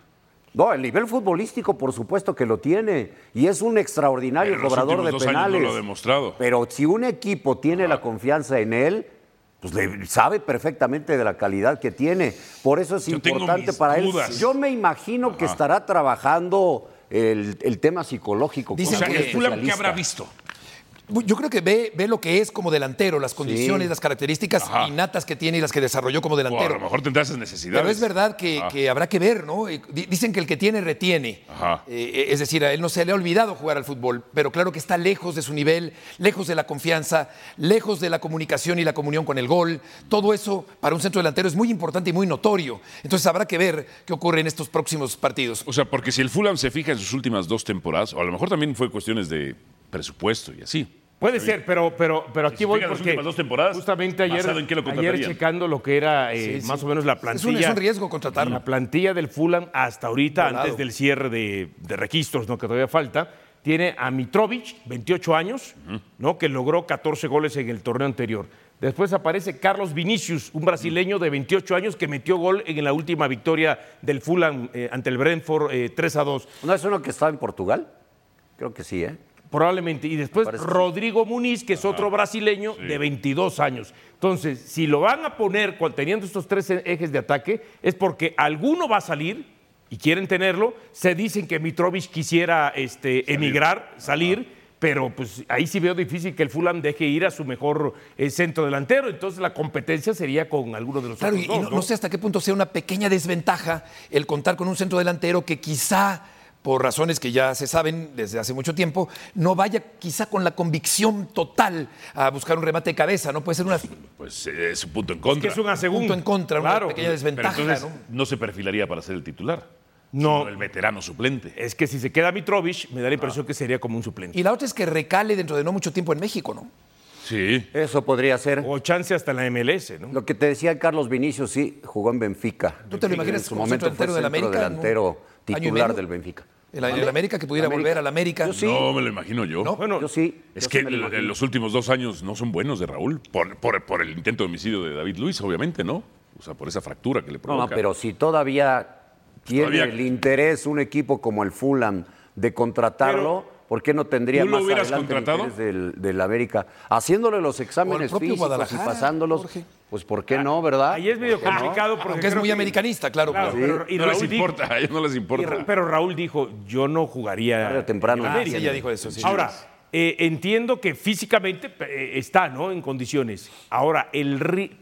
[SPEAKER 7] No, el nivel futbolístico, por supuesto que lo tiene. Y es un extraordinario
[SPEAKER 5] Pero los
[SPEAKER 7] cobrador de
[SPEAKER 5] últimos dos años no
[SPEAKER 7] penales.
[SPEAKER 5] lo ha demostrado.
[SPEAKER 7] Pero si un equipo tiene la confianza en él, pues le sabe perfectamente de la calidad que tiene. Por eso es
[SPEAKER 5] Yo tengo
[SPEAKER 7] importante
[SPEAKER 5] mis
[SPEAKER 7] para
[SPEAKER 5] dudas.
[SPEAKER 7] él. Yo me imagino que estará trabajando el, el tema psicológico.
[SPEAKER 8] Dicen
[SPEAKER 7] con
[SPEAKER 8] que
[SPEAKER 7] algún
[SPEAKER 8] el Fulham,
[SPEAKER 7] especialista.
[SPEAKER 5] visto?
[SPEAKER 8] Yo creo que ve, ve lo que es como delantero, las condiciones, las características
[SPEAKER 5] Ajá.
[SPEAKER 8] innatas que tiene y las que desarrolló como
[SPEAKER 5] O a
[SPEAKER 8] delantero.
[SPEAKER 5] lo mejor tendrá esas necesidades.
[SPEAKER 8] Pero es verdad que,
[SPEAKER 5] Ah.
[SPEAKER 8] que habrá que ver, ¿no? Eh, di- Dicen que el que tiene, retiene.
[SPEAKER 5] Ajá.
[SPEAKER 8] Eh, es decir, a él no se le ha olvidado jugar al fútbol, pero claro que está lejos de su nivel, lejos de la confianza, lejos de la comunicación y la comunión con el gol. Todo eso para un centro delantero es muy importante y muy notorio. Entonces habrá que ver qué ocurre en estos próximos partidos.
[SPEAKER 5] O sea, porque si el Fulham se fija en sus últimas dos temporadas, o a lo mejor también fue cuestiones de presupuesto y así.
[SPEAKER 6] Puede ser, pero, pero, pero aquí
[SPEAKER 5] Si se
[SPEAKER 6] voy
[SPEAKER 5] fijan las
[SPEAKER 6] porque
[SPEAKER 5] últimas dos temporadas,
[SPEAKER 6] justamente ayer,
[SPEAKER 5] ¿basado en qué lo
[SPEAKER 6] ayer
[SPEAKER 5] contratarían?
[SPEAKER 6] checando lo que era eh,
[SPEAKER 8] Sí, sí.
[SPEAKER 6] más o menos la
[SPEAKER 8] Es un,
[SPEAKER 6] plantilla.
[SPEAKER 8] es un riesgo contratarlo.
[SPEAKER 6] La plantilla del Fulham hasta ahorita,
[SPEAKER 8] Volado.
[SPEAKER 6] antes del cierre de, de registros, ¿no? que todavía falta, tiene a Mitrovic, 28 años, ¿no? que logró 14 goles en el torneo anterior. Después aparece Carlos Vinicius, un brasileño de 28 años que metió gol en la última victoria del Fulham eh, ante el Brentford eh, 3 a 2.
[SPEAKER 7] ¿No es uno que está en Portugal? Creo que sí, ¿eh?
[SPEAKER 6] Probablemente. Y después
[SPEAKER 7] Parece que sí.
[SPEAKER 6] Rodrigo Muniz, que es otro brasileño de 22 años. Entonces, si lo van a poner cual- teniendo estos tres e- ejes de ataque, es porque alguno va a salir y quieren tenerlo. Se dicen que Mitrovic quisiera este, emigrar, salir. Pero pues ahí sí veo difícil que el Fulham deje ir a su mejor eh, centro delantero. Entonces la competencia sería con alguno de los
[SPEAKER 8] Claro, y,
[SPEAKER 6] otros
[SPEAKER 8] y
[SPEAKER 6] dos,
[SPEAKER 8] no,
[SPEAKER 6] ¿no?
[SPEAKER 8] no sé hasta qué punto sea una pequeña desventaja el contar con un centro delantero que quizá, por razones que ya se saben desde hace mucho tiempo, no vaya quizá con la convicción total a buscar un remate de cabeza, ¿no? Puede ser una
[SPEAKER 5] Pues eh, es un punto en
[SPEAKER 6] Es que
[SPEAKER 5] contra.
[SPEAKER 6] es un asegún.
[SPEAKER 8] punto en contra,
[SPEAKER 6] Claro.
[SPEAKER 8] una pequeña
[SPEAKER 5] Pero
[SPEAKER 8] desventaja,
[SPEAKER 5] entonces
[SPEAKER 8] ¿no?
[SPEAKER 5] ¿no? se perfilaría para ser el titular.
[SPEAKER 6] No.
[SPEAKER 5] sino El veterano
[SPEAKER 8] Eh.
[SPEAKER 5] suplente.
[SPEAKER 6] Es que si se queda Mitrovic, me da la
[SPEAKER 7] Ah.
[SPEAKER 6] impresión que sería como un suplente.
[SPEAKER 8] Y la otra es que recale dentro de no mucho tiempo en México, ¿no?
[SPEAKER 5] Sí.
[SPEAKER 7] Eso podría ser.
[SPEAKER 6] O chance hasta en la MLS, ¿no?
[SPEAKER 7] Lo que te decía Carlos Vinicius, sí, jugó en Benfica.
[SPEAKER 8] ¿Tú te lo
[SPEAKER 7] Benfica,
[SPEAKER 8] imaginas
[SPEAKER 7] En su
[SPEAKER 8] como
[SPEAKER 7] momento fue
[SPEAKER 8] centro delantero del
[SPEAKER 7] centro
[SPEAKER 8] América,
[SPEAKER 7] delantero
[SPEAKER 8] ¿no? Año y
[SPEAKER 7] titular
[SPEAKER 8] medio.
[SPEAKER 7] del Benfica.
[SPEAKER 8] El, el América que pudiera
[SPEAKER 7] América.
[SPEAKER 8] volver al América.
[SPEAKER 7] Yo sí,
[SPEAKER 5] No me lo imagino yo.
[SPEAKER 8] No.
[SPEAKER 6] Bueno,
[SPEAKER 7] yo sí.
[SPEAKER 5] Es
[SPEAKER 7] yo
[SPEAKER 5] que
[SPEAKER 7] sí me lo
[SPEAKER 5] l-
[SPEAKER 7] imagino.
[SPEAKER 5] los últimos dos años no son buenos de Raúl, por, por- por el intento de homicidio de David Luis, obviamente, ¿no? O sea, por esa fractura que le
[SPEAKER 7] No,
[SPEAKER 5] provoca.
[SPEAKER 7] no, pero si todavía tiene
[SPEAKER 5] Todavía-
[SPEAKER 7] el interés un equipo como el Fulham de contratarlo, ¿por qué no tendría
[SPEAKER 5] ¿tú lo
[SPEAKER 7] más
[SPEAKER 5] hubieras
[SPEAKER 7] adelante el
[SPEAKER 5] contratado?
[SPEAKER 7] interés del, del América? Haciéndole los exámenes
[SPEAKER 8] propio
[SPEAKER 7] físicos y
[SPEAKER 8] Guadalajara,
[SPEAKER 7] pasándolos,
[SPEAKER 8] Jorge.
[SPEAKER 7] pues ¿por qué no, verdad?
[SPEAKER 6] Ahí es medio complicado porque.
[SPEAKER 8] Aunque es
[SPEAKER 6] creo
[SPEAKER 8] muy
[SPEAKER 6] que-
[SPEAKER 8] americanista, claro. pues,
[SPEAKER 6] Claro,
[SPEAKER 8] pero-
[SPEAKER 6] pero- y
[SPEAKER 5] no
[SPEAKER 6] Raúl
[SPEAKER 5] les
[SPEAKER 6] dijo-
[SPEAKER 5] importa, a ellos no les
[SPEAKER 6] y
[SPEAKER 5] importa.
[SPEAKER 6] Ra- pero Raúl dijo: Yo no
[SPEAKER 7] Tarde
[SPEAKER 6] jugaría.
[SPEAKER 7] o temprano.
[SPEAKER 6] en
[SPEAKER 8] Ah, sí,
[SPEAKER 6] América".
[SPEAKER 8] ella dijo eso, sí.
[SPEAKER 6] Ahora, eh, entiendo que físicamente eh, está, ¿no? En condiciones. Ahora, el ri-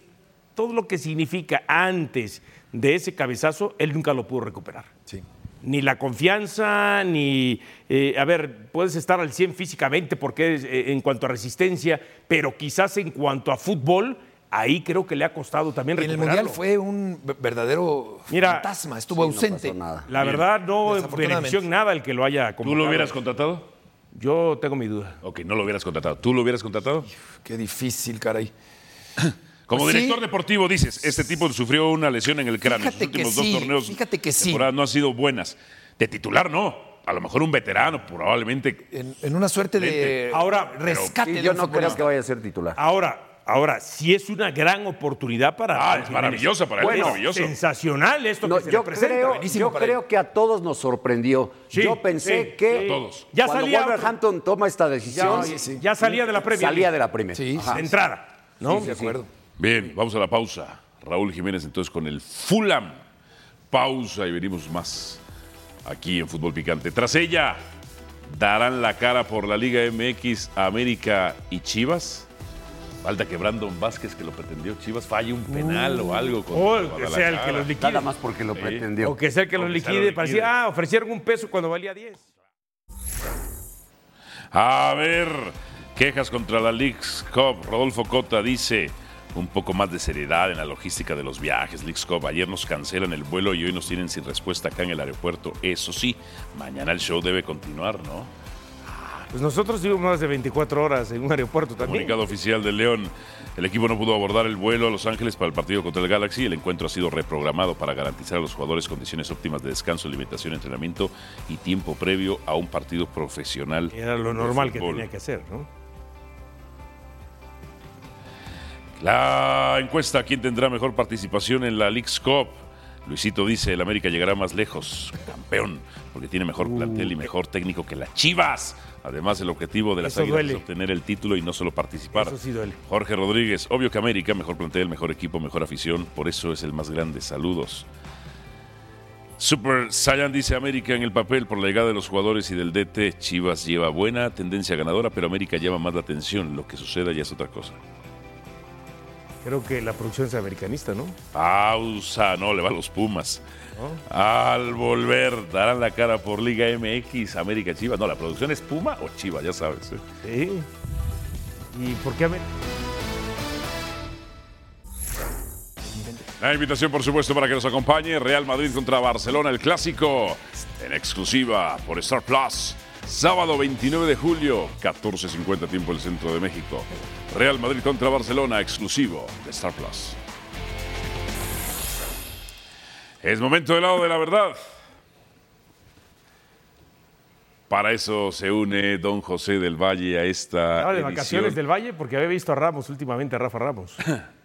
[SPEAKER 6] todo lo que significa antes de ese cabezazo, él nunca lo pudo recuperar.
[SPEAKER 8] Sí.
[SPEAKER 6] Ni la confianza, ni. eh, a ver, puedes estar al 100 físicamente porque es, eh, en cuanto a resistencia, pero quizás en cuanto a fútbol, ahí creo que le ha costado también
[SPEAKER 8] Y en el
[SPEAKER 6] recuperarlo.
[SPEAKER 8] Mundial fue un ver- verdadero
[SPEAKER 6] Mira,
[SPEAKER 8] fantasma, estuvo
[SPEAKER 7] Sí, no pasó
[SPEAKER 8] ausente.
[SPEAKER 7] nada.
[SPEAKER 6] La verdad, no
[SPEAKER 8] Desafortunadamente.
[SPEAKER 6] benefició en nada el que lo haya
[SPEAKER 5] ¿Tú
[SPEAKER 6] convocado.
[SPEAKER 5] lo hubieras contratado?
[SPEAKER 6] Yo tengo mi duda.
[SPEAKER 5] Ok, no lo hubieras contratado. ¿Tú lo hubieras contratado?
[SPEAKER 8] Qué difícil, caray.
[SPEAKER 5] Como
[SPEAKER 8] Pues sí.
[SPEAKER 5] director deportivo dices, este tipo sufrió una lesión en el cráneo. Los
[SPEAKER 8] Fíjate
[SPEAKER 5] últimos
[SPEAKER 8] que sí,
[SPEAKER 5] dos torneos
[SPEAKER 8] fíjate que sí.
[SPEAKER 5] temporadas no han sido buenas. De titular no, a lo mejor un veterano, probablemente.
[SPEAKER 8] En, en una suerte de
[SPEAKER 6] Ahora,
[SPEAKER 8] rescate
[SPEAKER 7] Sí,
[SPEAKER 8] de
[SPEAKER 7] yo
[SPEAKER 8] un
[SPEAKER 7] no creo
[SPEAKER 8] futbolista.
[SPEAKER 7] que vaya a ser titular.
[SPEAKER 6] Ahora, ahora sí es una gran oportunidad para.
[SPEAKER 5] Ah,
[SPEAKER 6] Raúl
[SPEAKER 5] es
[SPEAKER 6] Jiménez.
[SPEAKER 5] maravillosa para él,
[SPEAKER 6] Bueno,
[SPEAKER 5] maravilloso.
[SPEAKER 6] sensacional esto
[SPEAKER 7] No,
[SPEAKER 6] que se
[SPEAKER 7] yo
[SPEAKER 6] le presenta.
[SPEAKER 7] creo,
[SPEAKER 6] Buenísimo
[SPEAKER 7] yo
[SPEAKER 6] para él.
[SPEAKER 7] creo que a todos nos sorprendió.
[SPEAKER 6] Sí,
[SPEAKER 7] yo pensé
[SPEAKER 6] sí,
[SPEAKER 7] que
[SPEAKER 6] sí.
[SPEAKER 5] Todos.
[SPEAKER 6] Ya
[SPEAKER 7] cuando
[SPEAKER 6] salía otro.
[SPEAKER 7] Wolverhampton toma esta
[SPEAKER 6] Ya,
[SPEAKER 7] decisión,
[SPEAKER 6] ya salía de la Premier
[SPEAKER 7] salía
[SPEAKER 6] League.
[SPEAKER 7] de la primera.
[SPEAKER 8] Sí,
[SPEAKER 6] de entrada. ¿no?
[SPEAKER 8] de acuerdo.
[SPEAKER 5] Bien, vamos a la pausa. Raúl Jiménez entonces con el Fulham. Pausa y venimos más aquí en Fútbol Picante. Tras ella, darán la cara por la Liga MX América y Chivas. Falta que Brandon Vázquez, que lo pretendió Chivas, falle un penal o algo. contra
[SPEAKER 6] O que Oh, sea el que
[SPEAKER 5] Guadalajara.
[SPEAKER 6] los liquide.
[SPEAKER 7] Nada más porque lo pretendió.
[SPEAKER 6] O que sea el que
[SPEAKER 5] O
[SPEAKER 6] los
[SPEAKER 5] que sea lo
[SPEAKER 6] liquide. Parecía,
[SPEAKER 5] liquide.
[SPEAKER 6] ah, ofrecieron un peso cuando valía 10.
[SPEAKER 5] A ver, quejas contra la Leagues Cup. Rodolfo Cota dice un poco más de seriedad en la logística de los viajes. Leagues Cup, ayer nos cancelan el vuelo y hoy nos tienen sin respuesta acá en el aeropuerto. Eso sí, mañana el show debe continuar, ¿no?
[SPEAKER 6] Pues nosotros vivimos más de 24 horas en un aeropuerto también.
[SPEAKER 5] Comunicado oficial de León. El equipo no pudo abordar el vuelo a Los Ángeles para el partido contra el Galaxy. El encuentro ha sido reprogramado para garantizar a los jugadores condiciones óptimas de descanso, alimentación, entrenamiento y tiempo previo a un partido profesional.
[SPEAKER 6] Era
[SPEAKER 5] de
[SPEAKER 6] lo normal que
[SPEAKER 5] fútbol.
[SPEAKER 6] tenía que hacer, ¿no?
[SPEAKER 5] La encuesta, ¿quién tendrá mejor participación en la League's Cup? Luisito dice, el América llegará más lejos, campeón, porque tiene mejor
[SPEAKER 6] Uh.
[SPEAKER 5] plantel y mejor técnico que las Chivas. Además, el objetivo de las
[SPEAKER 6] Eso
[SPEAKER 5] Águilas
[SPEAKER 6] duele.
[SPEAKER 5] es obtener el título y no solo participar.
[SPEAKER 6] Eso sí duele.
[SPEAKER 5] Jorge Rodríguez, obvio que América, mejor plantel, mejor equipo, mejor afición, por eso es el más grande. Saludos. Super Saiyan dice América en el papel por la llegada de los jugadores y del DT. Chivas lleva buena tendencia ganadora, pero América llama más la atención. Lo que suceda ya es otra cosa.
[SPEAKER 6] Creo que la producción es americanista, ¿no?
[SPEAKER 5] Pausa, no, le va a los Pumas. Al volver, darán la cara por Liga MX, América Chivas. No, la producción es Puma o Chivas, ya sabes. ¿eh?
[SPEAKER 6] Sí. ¿Y por qué América?
[SPEAKER 5] La invitación, por supuesto, para que nos acompañe. Real Madrid contra Barcelona, el clásico. En exclusiva por Star Plus. Sábado 29 de julio, 14.50 tiempo el centro de México. Real Madrid contra Barcelona, exclusivo de Star Plus. Es momento del lado de la verdad. Para eso se une don José del Valle a esta.
[SPEAKER 6] de
[SPEAKER 5] edición.
[SPEAKER 6] vacaciones del Valle porque había visto a Ramos últimamente, a Rafa Ramos.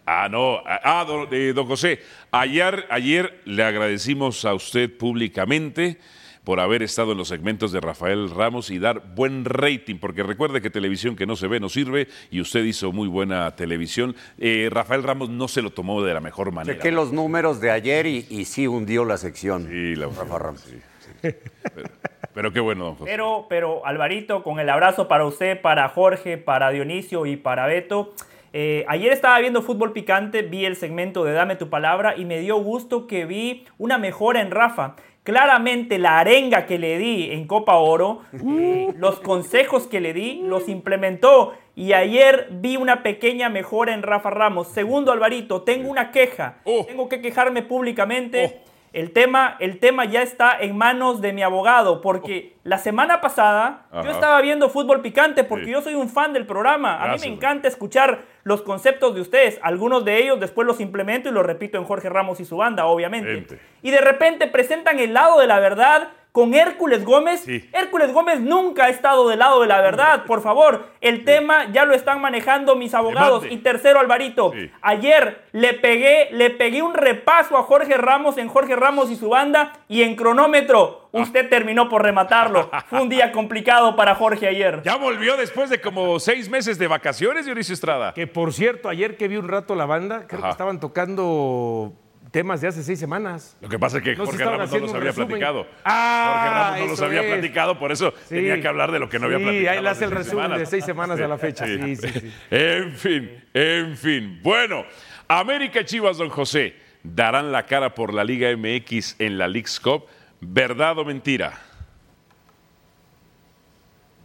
[SPEAKER 5] Ah, no. Ah, don, eh, don José, ayer, ayer le agradecimos a usted públicamente por haber estado en los segmentos de Rafael Ramos y dar buen rating, porque recuerde que televisión que no se ve no sirve y usted hizo muy buena televisión. Eh, Rafael Ramos no se lo tomó de la mejor manera.
[SPEAKER 7] Chequé los números de ayer y, y sí hundió la sección.
[SPEAKER 5] Sí, la-
[SPEAKER 7] Rafa Ramos.
[SPEAKER 5] sí, sí. Pero, pero qué bueno, don José.
[SPEAKER 10] Pero, pero, Alvarito, con el abrazo para usted, para Jorge, para Dionisio y para Beto. Eh, ayer estaba viendo fútbol picante, vi el segmento de Dame tu palabra y me dio gusto que vi una mejora en Rafa. Claramente la arenga que le di en Copa Oro, eh, los consejos que le di, los implementó. Y ayer vi una pequeña mejora en Rafa Ramos. Segundo, Alvarito, tengo una queja.
[SPEAKER 5] Oh.
[SPEAKER 10] Tengo que quejarme públicamente. El tema, el tema ya está en manos de mi abogado, porque la semana pasada
[SPEAKER 5] Ajá.
[SPEAKER 10] yo estaba viendo fútbol picante porque
[SPEAKER 5] Sí.
[SPEAKER 10] yo soy un fan del programa. A mí
[SPEAKER 5] Gracias,
[SPEAKER 10] me
[SPEAKER 5] güey.
[SPEAKER 10] encanta escuchar los conceptos de ustedes. Algunos de ellos después los implemento y los repito en Jorge Ramos y su banda, obviamente.
[SPEAKER 5] Gente.
[SPEAKER 10] Y de repente presentan el lado de la verdad con Hércules Gómez.
[SPEAKER 5] Sí.
[SPEAKER 10] Hércules Gómez nunca ha estado del lado de la verdad, por favor. El tema ya lo están manejando mis abogados.
[SPEAKER 5] Remate.
[SPEAKER 10] Y tercero, Alvarito,
[SPEAKER 5] Sí.
[SPEAKER 10] ayer le pegué, le pegué un repaso a Jorge Ramos en Jorge Ramos y su banda y en cronómetro usted terminó por rematarlo. Fue un día complicado para Jorge ayer.
[SPEAKER 5] Ya volvió después de como seis meses de vacaciones, Dionisio Estrada.
[SPEAKER 6] Que por cierto, ayer que vi un rato la banda, creo
[SPEAKER 5] Ajá.
[SPEAKER 6] que estaban tocando temas de hace seis semanas.
[SPEAKER 5] Lo que pasa es que
[SPEAKER 6] Nos
[SPEAKER 5] Jorge Ramos
[SPEAKER 6] estaban
[SPEAKER 5] no
[SPEAKER 6] haciendo
[SPEAKER 5] los
[SPEAKER 6] un
[SPEAKER 5] había
[SPEAKER 6] resumen.
[SPEAKER 5] platicado.
[SPEAKER 6] Ah,
[SPEAKER 5] Jorge Ramos no los
[SPEAKER 6] eso
[SPEAKER 5] había
[SPEAKER 6] es.
[SPEAKER 5] platicado, por eso
[SPEAKER 6] Sí.
[SPEAKER 5] tenía que hablar de lo que no había
[SPEAKER 6] Sí,
[SPEAKER 5] platicado.
[SPEAKER 6] ahí le hace el
[SPEAKER 5] hace seis
[SPEAKER 6] resumen
[SPEAKER 5] semanas.
[SPEAKER 6] de seis semanas a la fecha. Sí, sí, sí.
[SPEAKER 5] En fin, en fin. Bueno, América y Chivas, don José, darán la cara por la Liga MX en la League's Cup. ¿Verdad o mentira?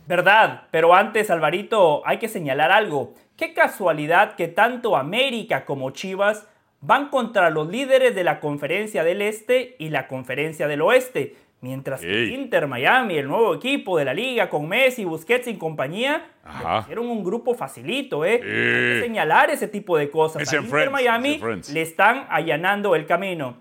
[SPEAKER 10] ¿Verdad? Pero antes, Alvarito, hay que señalar algo. Qué casualidad que tanto América como Chivas van contra los líderes de la Conferencia del Este y la Conferencia del Oeste, mientras que
[SPEAKER 5] Ey.
[SPEAKER 10] Inter Miami, el nuevo equipo de la liga con Messi, Busquets y compañía,
[SPEAKER 5] Ajá.
[SPEAKER 10] hicieron un grupo facilito, ¿eh? Hay que
[SPEAKER 5] Sí.
[SPEAKER 10] señalar ese tipo de cosas.
[SPEAKER 5] Messi
[SPEAKER 10] A
[SPEAKER 5] and
[SPEAKER 10] Inter
[SPEAKER 5] friends,
[SPEAKER 10] Miami
[SPEAKER 5] Messi and friends.
[SPEAKER 10] le están allanando el camino.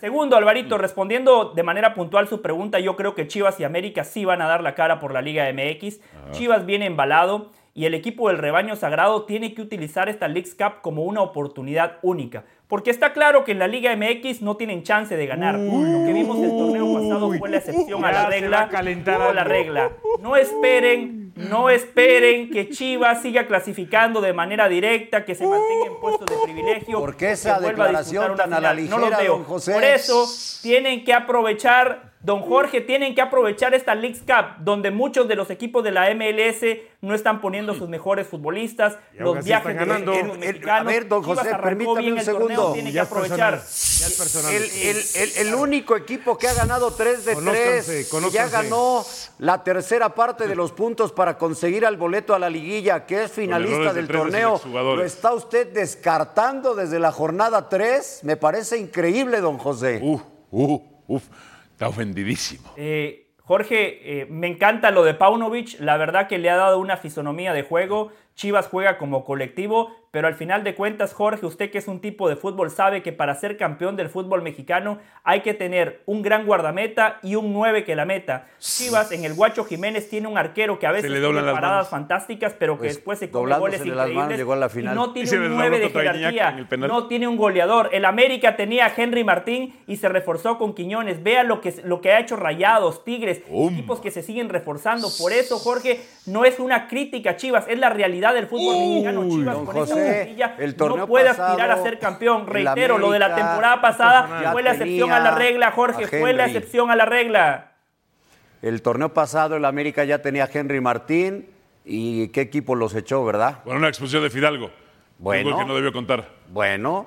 [SPEAKER 10] Segundo, Alvarito, respondiendo de manera puntual su pregunta, yo creo que Chivas y América sí van a dar la cara por la Liga MX. Chivas viene embalado y el equipo del rebaño sagrado tiene que utilizar esta League Cup como una oportunidad única. Porque está claro que en la Liga MX no tienen chance de ganar. Lo que vimos el torneo pasado fue la excepción a la
[SPEAKER 6] Ya se
[SPEAKER 10] regla.
[SPEAKER 6] va a calentar
[SPEAKER 10] hubo la
[SPEAKER 6] algo.
[SPEAKER 10] regla. No esperen, no esperen que Chivas siga clasificando de manera directa, que
[SPEAKER 8] Uh,
[SPEAKER 10] se mantenga en puestos de privilegio.
[SPEAKER 7] ¿Por qué
[SPEAKER 10] que
[SPEAKER 7] esa
[SPEAKER 10] vuelva a
[SPEAKER 7] declaración
[SPEAKER 10] disputar una
[SPEAKER 7] tan a la
[SPEAKER 10] final. No
[SPEAKER 7] ligera,
[SPEAKER 10] los veo.
[SPEAKER 7] don José?
[SPEAKER 10] Por eso tienen que aprovechar, don Jorge, tienen que aprovechar esta League Cup, donde muchos de los equipos de la MLS no están poniendo sus mejores futbolistas,
[SPEAKER 6] Y aún
[SPEAKER 10] los
[SPEAKER 6] así
[SPEAKER 10] viajes de
[SPEAKER 6] están
[SPEAKER 10] los
[SPEAKER 6] ganando.
[SPEAKER 10] equipos
[SPEAKER 7] El- el-
[SPEAKER 10] mexicanos.
[SPEAKER 7] a ver, don
[SPEAKER 10] Chivas
[SPEAKER 7] José,
[SPEAKER 10] arrancó
[SPEAKER 7] permítame
[SPEAKER 10] bien
[SPEAKER 7] un
[SPEAKER 10] el torneo,
[SPEAKER 7] segundo.
[SPEAKER 10] Tiene que
[SPEAKER 6] Ya es
[SPEAKER 10] aprovechar.
[SPEAKER 6] personal. Ya es personal.
[SPEAKER 7] El, el- el- el único equipo que ha ganado 3 de
[SPEAKER 6] Conózcanse,
[SPEAKER 7] 3, ya
[SPEAKER 6] conózcanse.
[SPEAKER 7] ganó la tercera parte de los puntos para conseguir al boleto a la liguilla, que es finalista
[SPEAKER 5] errores de
[SPEAKER 7] del
[SPEAKER 5] tres de sus
[SPEAKER 7] torneo.
[SPEAKER 5] exjugadores.
[SPEAKER 7] Lo está usted descartando desde la jornada 3. Me parece increíble, don José.
[SPEAKER 5] Uf, uf, uf. Está ofendidísimo.
[SPEAKER 10] Eh, Jorge, eh, me encanta lo de Paunovic. La verdad que le ha dado una fisonomía de juego. Chivas juega como colectivo, pero al final de cuentas, Jorge, usted que es un tipo de fútbol sabe que para ser campeón del fútbol mexicano hay que tener un gran guardameta y un 9 que la meta. Chivas en el Guacho Jiménez tiene un arquero que a veces
[SPEAKER 5] le doblan
[SPEAKER 10] tiene
[SPEAKER 5] las
[SPEAKER 10] paradas
[SPEAKER 5] manos.
[SPEAKER 10] fantásticas, pero que
[SPEAKER 7] Pues,
[SPEAKER 10] después se come goles
[SPEAKER 7] doblándosele las manos,
[SPEAKER 10] increíbles
[SPEAKER 7] llegó a la final.
[SPEAKER 10] y no
[SPEAKER 5] Y se
[SPEAKER 10] tiene un
[SPEAKER 5] les
[SPEAKER 10] 9 de
[SPEAKER 5] dobló contra Guiñac en
[SPEAKER 10] jerarquía,
[SPEAKER 5] el penal.
[SPEAKER 10] no tiene un goleador. El América tenía a Henry Martín y se reforzó con Quiñones. Vea lo que, lo que ha hecho Rayados, Tigres,
[SPEAKER 5] Um.
[SPEAKER 10] equipos que se siguen reforzando. Por eso, Jorge, no es una crítica a Chivas, es la realidad del fútbol mexicano. Chivas
[SPEAKER 7] don
[SPEAKER 10] con esa
[SPEAKER 7] José.
[SPEAKER 10] plantilla
[SPEAKER 7] el
[SPEAKER 10] no
[SPEAKER 7] torneo
[SPEAKER 10] puede
[SPEAKER 7] pasado,
[SPEAKER 10] aspirar a ser campeón.
[SPEAKER 7] el
[SPEAKER 10] Reitero, lo de la
[SPEAKER 7] América
[SPEAKER 10] temporada pasada
[SPEAKER 7] ya
[SPEAKER 10] fue la excepción
[SPEAKER 7] tenía
[SPEAKER 10] a la regla, Jorge,
[SPEAKER 7] a
[SPEAKER 10] fue la
[SPEAKER 7] Henry.
[SPEAKER 10] excepción a la regla.
[SPEAKER 7] El torneo pasado el América ya tenía a Henry Martín y qué equipo los echó, ¿verdad?
[SPEAKER 5] Bueno, una expulsión de Fidalgo.
[SPEAKER 7] Bueno.
[SPEAKER 5] Un gol que no debió contar.
[SPEAKER 7] Bueno,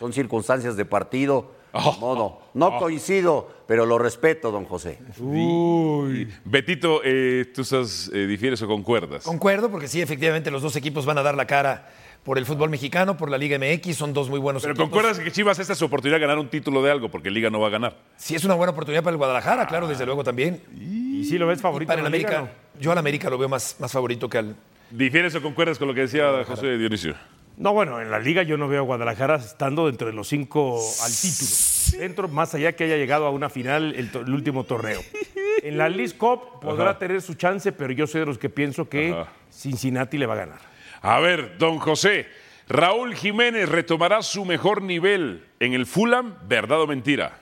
[SPEAKER 7] son circunstancias de partido. ni modo. No
[SPEAKER 5] Oh.
[SPEAKER 7] coincido, pero lo respeto, don José.
[SPEAKER 5] Uy. Betito, eh, ¿tú estás, eh, difieres o concuerdas?
[SPEAKER 8] Concuerdo, porque sí, efectivamente, los dos equipos van a dar la cara por el fútbol mexicano, por la Liga MX, son dos muy buenos
[SPEAKER 5] Pero
[SPEAKER 8] equipos.
[SPEAKER 5] concuerdas que Chivas esta es su oportunidad de ganar un título de algo, porque Liga no va a ganar.
[SPEAKER 8] Sí, es una buena oportunidad para el Guadalajara, claro, desde luego también.
[SPEAKER 6] Ah, ¿Y si lo ves favorito?
[SPEAKER 8] Para el
[SPEAKER 6] en la liga,
[SPEAKER 8] América, yo al América lo veo más, más favorito que al.
[SPEAKER 5] ¿Difieres o concuerdas con lo que decía José Dionisio?
[SPEAKER 6] No, No, bueno, en la liga yo no veo a Guadalajara estando dentro de los cinco al título. Dentro, más allá que haya llegado a una final el, to- el último torneo. En la League Cup podrá
[SPEAKER 5] Ajá.
[SPEAKER 6] tener su chance, pero yo soy de los que pienso que
[SPEAKER 5] Ajá.
[SPEAKER 6] Cincinnati le va a ganar.
[SPEAKER 5] A ver, don José, Raúl Jiménez retomará su mejor nivel en el Fulham, ¿verdad o mentira?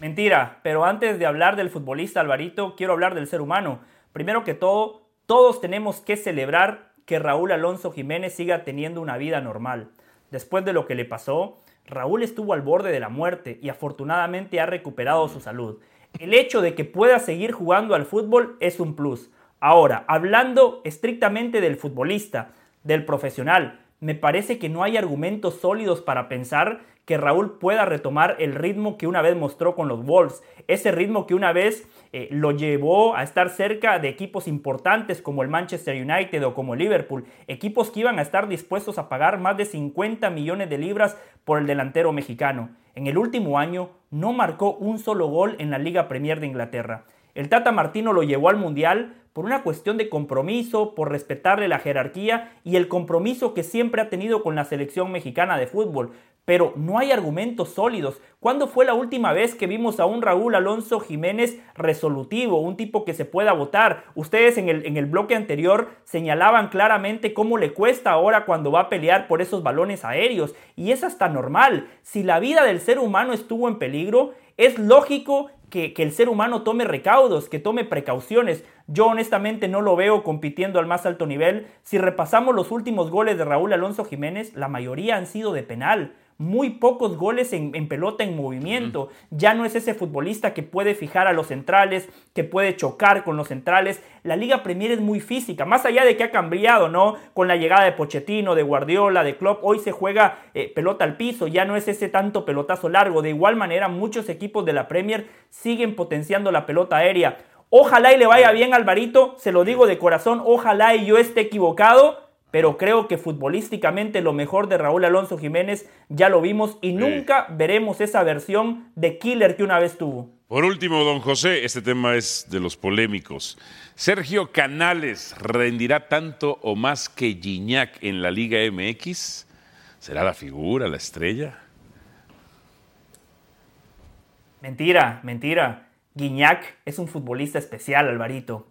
[SPEAKER 10] Mentira, pero antes de hablar del futbolista Alvarito, quiero hablar del ser humano. Primero que todo, todos tenemos que celebrar que Raúl Alonso Jiménez siga teniendo una vida normal. Después de lo que le pasó, Raúl estuvo al borde de la muerte y afortunadamente ha recuperado su salud. El hecho de que pueda seguir jugando al fútbol es un plus. Ahora, hablando estrictamente del futbolista, del profesional, me parece que no hay argumentos sólidos para pensar que Raúl pueda retomar el ritmo que una vez mostró con los Wolves, ese ritmo que una vez eh, lo llevó a estar cerca de equipos importantes como el Manchester United o como el Liverpool, equipos que iban a estar dispuestos a pagar más de 50 millones de libras por el delantero mexicano. En el último año no marcó un solo gol en la Liga Premier de Inglaterra. El Tata Martino lo llevó al Mundial por una cuestión de compromiso, por respetarle la jerarquía y el compromiso que siempre ha tenido con la selección mexicana de fútbol. Pero no hay argumentos sólidos. ¿Cuándo fue la última vez que vimos a un Raúl Alonso Jiménez resolutivo, un tipo que se pueda votar? Ustedes en el, en el bloque anterior señalaban claramente cómo le cuesta ahora cuando va a pelear por esos balones aéreos. Y es hasta normal. Si la vida del ser humano estuvo en peligro, es lógico que, que el ser humano tome recaudos, que tome precauciones. Yo honestamente no lo veo compitiendo al más alto nivel. Si repasamos los últimos goles de Raúl Alonso Jiménez, la mayoría han sido de penal. Muy pocos goles en, en pelota en movimiento. Ya no es ese futbolista que puede fijar a los centrales, que puede chocar con los centrales. La Liga Premier es muy física, más allá de que ha cambiado, ¿no? Con la llegada de Pochettino, de Guardiola, de Klopp, hoy se juega eh, pelota al piso, ya no es ese tanto pelotazo largo. De igual manera, muchos equipos de la Premier siguen potenciando la pelota aérea. Ojalá y le vaya bien a Alvarito, se lo digo de corazón, ojalá y yo esté equivocado, pero creo que futbolísticamente lo mejor de Raúl Alonso Jiménez ya lo vimos y nunca veremos esa versión de killer que una vez tuvo.
[SPEAKER 5] Por último, don José, este tema es de los polémicos. ¿Sergio Canales rendirá tanto o más que Gignac en la Liga MX? ¿Será la figura, la estrella?
[SPEAKER 10] Mentira, mentira. Guiñac es un futbolista especial, Alvarito.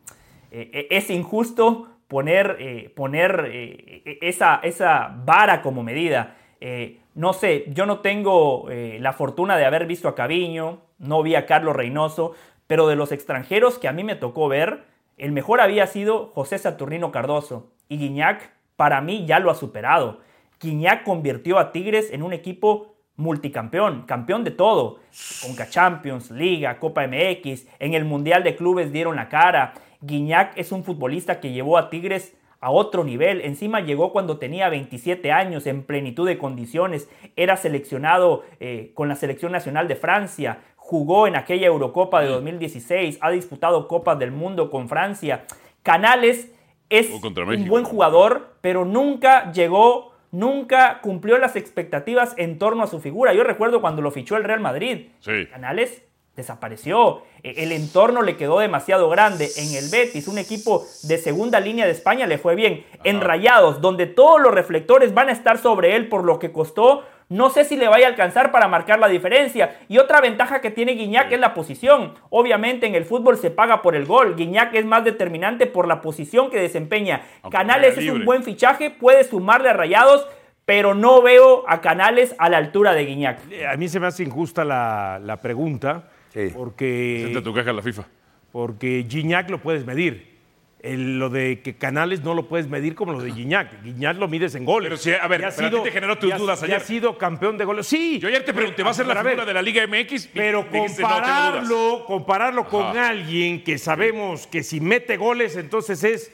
[SPEAKER 10] Eh, eh, es injusto poner, eh, poner eh, eh, esa, esa vara como medida. Eh, no sé, yo no tengo eh, la fortuna de haber visto a Caviño, no vi a Carlos Reynoso, pero de los extranjeros que a mí me tocó ver, el mejor había sido José Saturnino Cardoso. Y Guiñac, para mí, ya lo ha superado. Guiñac convirtió a Tigres en un equipo multicampeón, campeón de todo. Conca Champions, Liga, Copa MX, en el Mundial de Clubes dieron la cara. Guiñac es un futbolista que llevó a Tigres a otro nivel. Encima llegó cuando tenía 27 años, en plenitud de condiciones. Era seleccionado eh, con la selección nacional de Francia. Jugó en aquella Eurocopa de 2016. Ha disputado Copas del Mundo con Francia. Canales es
[SPEAKER 5] Jugó contra
[SPEAKER 10] un
[SPEAKER 5] México.
[SPEAKER 10] buen jugador, pero nunca llegó, nunca cumplió las expectativas en torno a su figura. Yo recuerdo cuando lo fichó el Real Madrid.
[SPEAKER 5] Sí.
[SPEAKER 10] Canales desapareció. E- El entorno le quedó demasiado grande. En el Betis, un equipo de segunda línea de España, le fue bien.
[SPEAKER 8] Ah.
[SPEAKER 10] En Rayados, donde todos los reflectores van a estar sobre él por lo que costó. No sé si le vaya a alcanzar para marcar la diferencia. Y otra ventaja que tiene Guiñac es la posición. Obviamente en el fútbol se paga por el gol. Guiñac es más determinante por la posición que desempeña.
[SPEAKER 5] Aunque
[SPEAKER 10] Canales
[SPEAKER 5] juega
[SPEAKER 10] es un
[SPEAKER 5] libre.
[SPEAKER 10] buen fichaje, puede sumarle a Rayados, pero no veo a Canales a la altura de Guiñac.
[SPEAKER 6] Eh, A mí se me hace injusta la, la pregunta,
[SPEAKER 7] Sí.
[SPEAKER 6] porque...
[SPEAKER 5] Senta tu caja a la FIFA.
[SPEAKER 6] porque Gignac lo puedes medir. el- lo de que Canales no lo puedes medir como lo de Guiñac. Guiñac lo mides en goles.
[SPEAKER 5] Pero sí, a ver,
[SPEAKER 6] Y
[SPEAKER 5] pero a ti te generó tus
[SPEAKER 6] y ha-
[SPEAKER 5] dudas
[SPEAKER 6] y
[SPEAKER 5] ayer.
[SPEAKER 6] ha sido campeón de goles. Sí.
[SPEAKER 5] Yo ayer te pregunté,
[SPEAKER 10] Ah,
[SPEAKER 5] ¿va a ser la
[SPEAKER 6] Pero ver,
[SPEAKER 5] figura de la Liga MX? Y
[SPEAKER 6] Pero
[SPEAKER 5] dijiste, no, tengo dudas.
[SPEAKER 6] compararlo, compararlo con
[SPEAKER 5] Ajá.
[SPEAKER 6] alguien que sabemos que si mete goles, entonces es,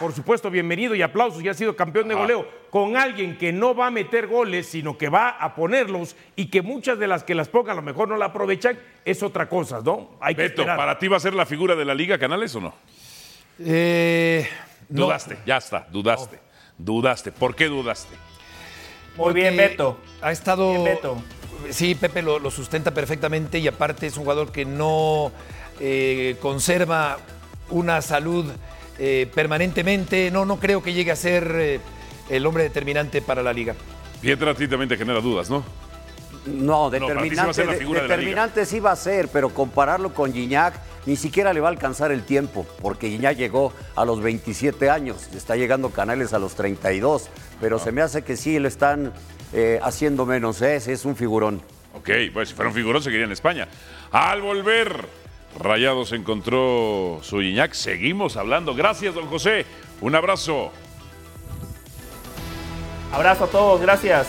[SPEAKER 6] por supuesto, bienvenido y aplausos, ya ha sido campeón de
[SPEAKER 5] Ajá.
[SPEAKER 6] goleo. Con alguien que no va a meter goles, sino que va a ponerlos y que muchas de las que las ponga a lo mejor no la aprovechan, es otra cosa, ¿no? Hay que
[SPEAKER 5] Beto,
[SPEAKER 6] esperar.
[SPEAKER 5] ¿para ti va a ser la figura de la Liga Canales o no?
[SPEAKER 8] Eh, no.
[SPEAKER 5] Dudaste, ya está, dudaste. Dudaste. ¿Por qué dudaste?
[SPEAKER 10] Muy bien,
[SPEAKER 8] Porque
[SPEAKER 10] Beto.
[SPEAKER 8] Ha estado.
[SPEAKER 10] Bien, Beto.
[SPEAKER 8] Sí, Pepe lo, lo sustenta perfectamente y aparte es un jugador que no eh, conserva una salud eh, permanentemente. No, no creo que llegue a ser eh, el hombre determinante para la liga.
[SPEAKER 5] Piedra a ti también te genera dudas, ¿no?
[SPEAKER 7] No,
[SPEAKER 5] No, para ti sí va a
[SPEAKER 7] determinante,
[SPEAKER 5] ser la
[SPEAKER 7] de-
[SPEAKER 5] figura de la
[SPEAKER 7] determinante sí va a ser, pero compararlo con Gignac ni siquiera le va a alcanzar el tiempo, porque Gignac llegó a los 27 años, está llegando Canales a los 32, pero
[SPEAKER 5] Ah.
[SPEAKER 7] se me hace que sí le están eh, haciendo menos, ¿eh? Ese es un figurón.
[SPEAKER 5] Ok, pues si fuera un figurón seguiría en España. Al volver, Rayados encontró su Iñak. Seguimos hablando. Gracias, don José. Un abrazo.
[SPEAKER 10] Abrazo a todos, gracias.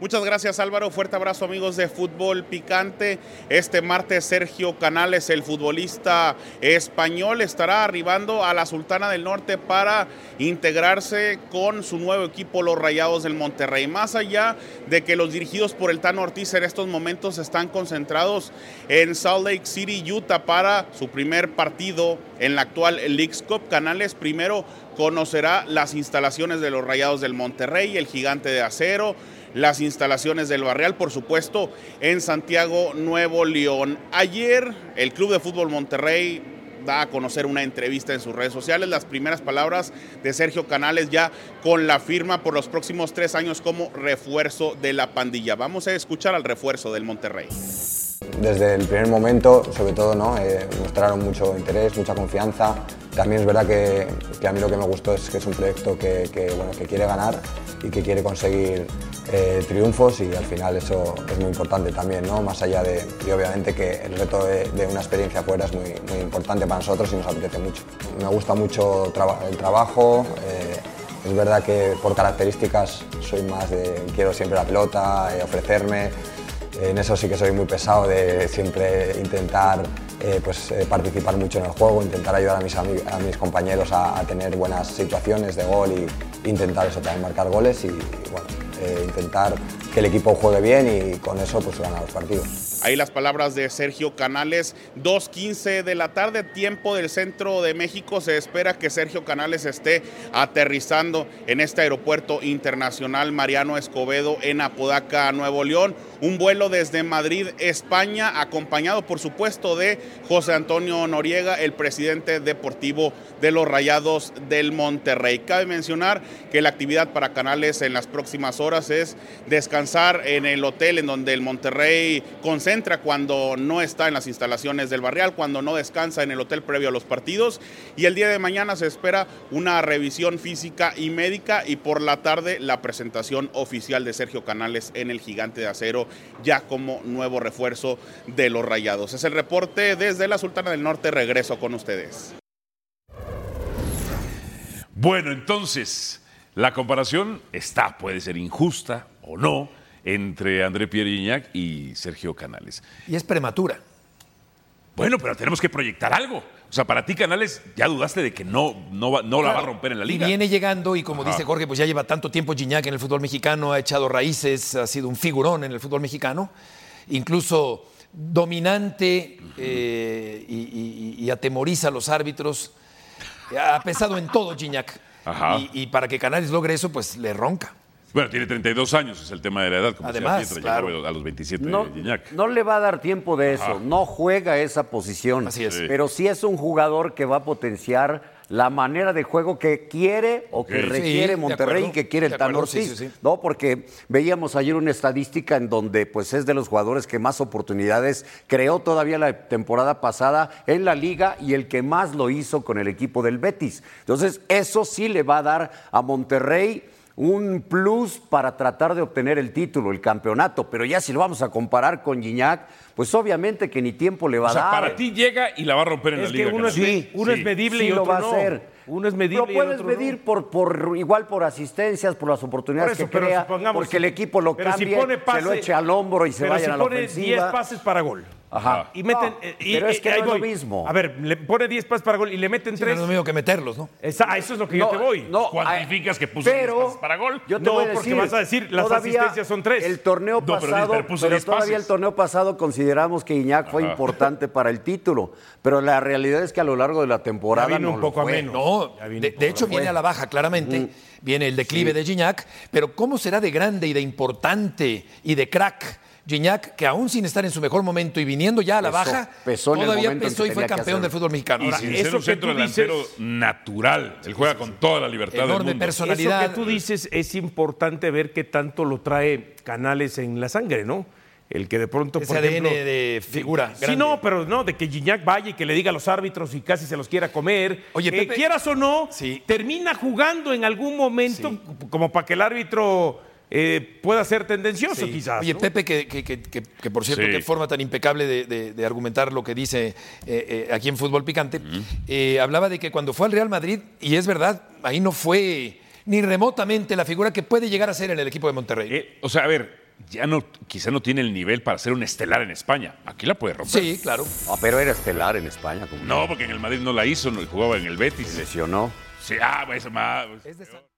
[SPEAKER 11] Muchas gracias Álvaro, fuerte abrazo amigos de Fútbol Picante. Este martes Sergio Canales, el futbolista español, estará arribando a la Sultana del Norte para integrarse con su nuevo equipo, los Rayados del Monterrey. Más allá de que los dirigidos por el Tano Ortiz en estos momentos están concentrados en Salt Lake City, Utah, para su primer partido en la actual Leagues Cup. Canales primero conocerá las instalaciones de los Rayados del Monterrey, el gigante de acero las instalaciones del Barreal, por supuesto, en Santiago Nuevo León. Ayer el Club de Fútbol Monterrey da a conocer una entrevista en sus redes sociales, las primeras palabras de Sergio Canales ya con la firma por los próximos tres años como refuerzo de la pandilla. Vamos a escuchar al refuerzo del Monterrey.
[SPEAKER 12] Desde el primer momento, sobre todo, ¿no? Eh, mostraron mucho interés, mucha confianza. También es verdad que, que a mí lo que me gustó es que es un proyecto que, que, bueno, que quiere ganar y que quiere conseguir eh, triunfos y al final eso es muy importante también, ¿no? más allá de, de, obviamente que el reto de, de una experiencia fuera es muy, muy importante para nosotros y nos apetece mucho. Me gusta mucho traba- el trabajo. eh, es verdad que por características soy más de quiero siempre la pelota, eh, ofrecerme. En eso sí que soy muy pesado de siempre intentar eh, pues, eh, participar mucho en el juego, intentar ayudar a mis, ami- a mis compañeros a, a tener buenas situaciones de gol y intentar eso también marcar goles y, bueno, eh, intentar que el equipo juegue bien y con eso pues ganar los partidos.
[SPEAKER 11] Ahí las palabras de Sergio Canales. 2.15 de la tarde, tiempo del centro de México. Se espera que Sergio Canales esté aterrizando en este aeropuerto internacional Mariano Escobedo en Apodaca, Nuevo León. Un vuelo desde Madrid, España, acompañado por supuesto de José Antonio Noriega, el presidente deportivo de los Rayados del Monterrey. Cabe mencionar que la actividad para Canales en las próximas horas es descansar en el hotel en donde el Monterrey concentra cuando no está en las instalaciones del barrial, cuando no descansa en el hotel previo a los partidos. Y el día de mañana se espera una revisión física y médica y por la tarde la presentación oficial de Sergio Canales en el Gigante de Acero ya como nuevo refuerzo de los Rayados. Es el reporte desde la Sultana del Norte. Regreso con ustedes.
[SPEAKER 5] Bueno, entonces, la comparación está, puede ser injusta o no, entre André Pierre Iñak y Sergio Canales.
[SPEAKER 8] Y es prematura.
[SPEAKER 5] Bueno, pero tenemos que proyectar algo. O sea, para ti, Canales, ya dudaste de que no, no, va- no la va a
[SPEAKER 8] Claro.
[SPEAKER 5] romper en la
[SPEAKER 8] Y
[SPEAKER 5] liga.
[SPEAKER 8] viene llegando y como
[SPEAKER 5] Ajá.
[SPEAKER 8] dice Jorge, pues ya lleva tanto tiempo Gignac en el fútbol mexicano, ha echado raíces, ha sido un figurón en el fútbol mexicano, incluso dominante eh, y, y- y- y atemoriza a los árbitros. Ha pesado en todo Gignac.
[SPEAKER 5] Ajá.
[SPEAKER 8] Y, y para que Canales logre eso, pues le ronca.
[SPEAKER 5] Bueno, tiene 32 años, es el tema de la edad. Como decía
[SPEAKER 8] Además,
[SPEAKER 5] Pietro,
[SPEAKER 8] claro.
[SPEAKER 5] llegó a los 27
[SPEAKER 7] No,
[SPEAKER 5] Gignac.
[SPEAKER 7] no le va a dar tiempo de eso,
[SPEAKER 5] Ajá.
[SPEAKER 7] no juega esa posición.
[SPEAKER 8] Así es. Sí.
[SPEAKER 7] Pero sí es un jugador que va a potenciar la manera de juego que quiere o
[SPEAKER 5] Ok. Sí,
[SPEAKER 7] que requiere
[SPEAKER 8] de
[SPEAKER 7] Monterrey
[SPEAKER 8] acuerdo,
[SPEAKER 7] y que quiere el
[SPEAKER 8] de
[SPEAKER 7] Tan
[SPEAKER 8] acuerdo, sí,
[SPEAKER 7] Ortiz.
[SPEAKER 8] sí, sí.
[SPEAKER 7] No, porque veíamos ayer una estadística en donde pues es de los jugadores que más oportunidades creó todavía la temporada pasada en la liga y el que más lo hizo con el equipo del Betis. Entonces, eso sí le va a dar a Monterrey un plus para tratar de obtener el título, el campeonato. Pero ya si lo vamos a comparar con Gignac, pues obviamente que ni tiempo le va
[SPEAKER 5] O
[SPEAKER 7] a
[SPEAKER 5] sea,
[SPEAKER 7] dar. eh.
[SPEAKER 5] para ti llega y la va a romper en
[SPEAKER 7] Es
[SPEAKER 5] la
[SPEAKER 7] que
[SPEAKER 5] liga.
[SPEAKER 7] uno es
[SPEAKER 5] Canelo.
[SPEAKER 7] me- uno es medible y otro no.
[SPEAKER 6] Uno es
[SPEAKER 7] Lo
[SPEAKER 6] medible y el
[SPEAKER 7] puedes
[SPEAKER 6] otro no.
[SPEAKER 7] medir por, por igual por asistencias, por las oportunidades
[SPEAKER 6] Por eso,
[SPEAKER 7] que
[SPEAKER 6] pero
[SPEAKER 7] crea,
[SPEAKER 6] supongamos
[SPEAKER 7] porque
[SPEAKER 6] si-
[SPEAKER 7] el equipo lo
[SPEAKER 6] pero si
[SPEAKER 7] cambie,
[SPEAKER 6] pone
[SPEAKER 7] se lo
[SPEAKER 6] pase-
[SPEAKER 7] eche al hombro y se
[SPEAKER 6] pero
[SPEAKER 7] vaya
[SPEAKER 6] si
[SPEAKER 7] a la
[SPEAKER 6] pone 10
[SPEAKER 7] ofensiva.
[SPEAKER 6] pases para gol.
[SPEAKER 7] Ajá.
[SPEAKER 6] Y meten.
[SPEAKER 7] No,
[SPEAKER 6] eh, y-
[SPEAKER 7] pero es
[SPEAKER 6] y-
[SPEAKER 7] que
[SPEAKER 6] ahí
[SPEAKER 7] no es lo
[SPEAKER 6] voy.
[SPEAKER 7] mismo.
[SPEAKER 6] A ver, le pone 10 pases para gol y le meten 3.
[SPEAKER 8] no es lo mismo que meterlos, ¿no?
[SPEAKER 6] Esa, a eso es lo que yo
[SPEAKER 7] No,
[SPEAKER 6] te voy.
[SPEAKER 7] no, ah,
[SPEAKER 5] Cuantificas que puso 10 pases para gol.
[SPEAKER 7] Yo te
[SPEAKER 6] No,
[SPEAKER 7] voy a
[SPEAKER 6] porque
[SPEAKER 7] decir,
[SPEAKER 6] vas a decir, las
[SPEAKER 7] todavía
[SPEAKER 6] asistencias son tres.
[SPEAKER 7] El torneo
[SPEAKER 6] No, pero dices,
[SPEAKER 7] pasado,
[SPEAKER 6] pero puso
[SPEAKER 7] pero
[SPEAKER 6] diez
[SPEAKER 7] todavía
[SPEAKER 6] pases.
[SPEAKER 7] el torneo pasado consideramos que Iñak fue importante para el título, pero la realidad es que a lo largo de la temporada
[SPEAKER 6] Ya vino
[SPEAKER 7] no
[SPEAKER 6] un
[SPEAKER 7] lo
[SPEAKER 6] poco a
[SPEAKER 7] fue.
[SPEAKER 6] menos.
[SPEAKER 8] No, de, de hecho viene a la baja, claramente.
[SPEAKER 7] Mm.
[SPEAKER 8] Viene el declive de Gignac, pero ¿cómo será de grande y de importante y de crack Gignac, que aún sin estar en su mejor momento y viniendo ya a la
[SPEAKER 7] Pesó,
[SPEAKER 8] baja,
[SPEAKER 7] pesó en el
[SPEAKER 8] todavía
[SPEAKER 7] momento en
[SPEAKER 8] pesó
[SPEAKER 7] que
[SPEAKER 8] y fue
[SPEAKER 7] tenía que
[SPEAKER 8] campeón
[SPEAKER 7] hacerlo.
[SPEAKER 8] del fútbol mexicano?
[SPEAKER 5] Y
[SPEAKER 8] Ahora,
[SPEAKER 5] sin
[SPEAKER 8] eso
[SPEAKER 5] ser un
[SPEAKER 8] que
[SPEAKER 5] centro
[SPEAKER 8] tú dices-
[SPEAKER 5] delantero natural. Él juega con toda la libertad del
[SPEAKER 8] Enorme
[SPEAKER 5] mundo.
[SPEAKER 8] personalidad.
[SPEAKER 6] Eso que tú dices es importante ver qué tanto lo trae Canales en la sangre, ¿no? El que de pronto.
[SPEAKER 8] Ese ADN de figura
[SPEAKER 6] Sí,
[SPEAKER 8] grande.
[SPEAKER 6] no, pero no, de que Gignac vaya y que le diga a los árbitros y casi se los quiera comer.
[SPEAKER 8] Oye,
[SPEAKER 6] Que
[SPEAKER 8] Pepe-
[SPEAKER 6] quieras o no,
[SPEAKER 8] Sí.
[SPEAKER 6] termina jugando en algún momento como para que el árbitro eh, pueda ser tendencioso,
[SPEAKER 8] Sí.
[SPEAKER 6] quizás.
[SPEAKER 8] Oye,
[SPEAKER 6] ¿no?
[SPEAKER 8] Pepe, que, que- que- que- que por cierto,
[SPEAKER 5] Sí.
[SPEAKER 8] qué forma tan impecable de, de- de argumentar lo que dice eh, eh, aquí en Fútbol Picante, eh, hablaba de que cuando fue al Real Madrid, y es verdad, ahí no fue ni remotamente la figura que puede llegar a ser en el equipo de Monterrey.
[SPEAKER 5] Eh, o sea, a ver, ya no, quizá no tiene el nivel para ser un estelar en España. Aquí la puede romper.
[SPEAKER 8] sí, claro.
[SPEAKER 7] Ah, pero era estelar en España. Como
[SPEAKER 5] No, porque en el Madrid no la hizo, no, jugaba en el Betis.
[SPEAKER 7] Lesionó.
[SPEAKER 5] Sí, ah, pues, ma-
[SPEAKER 8] Es de San-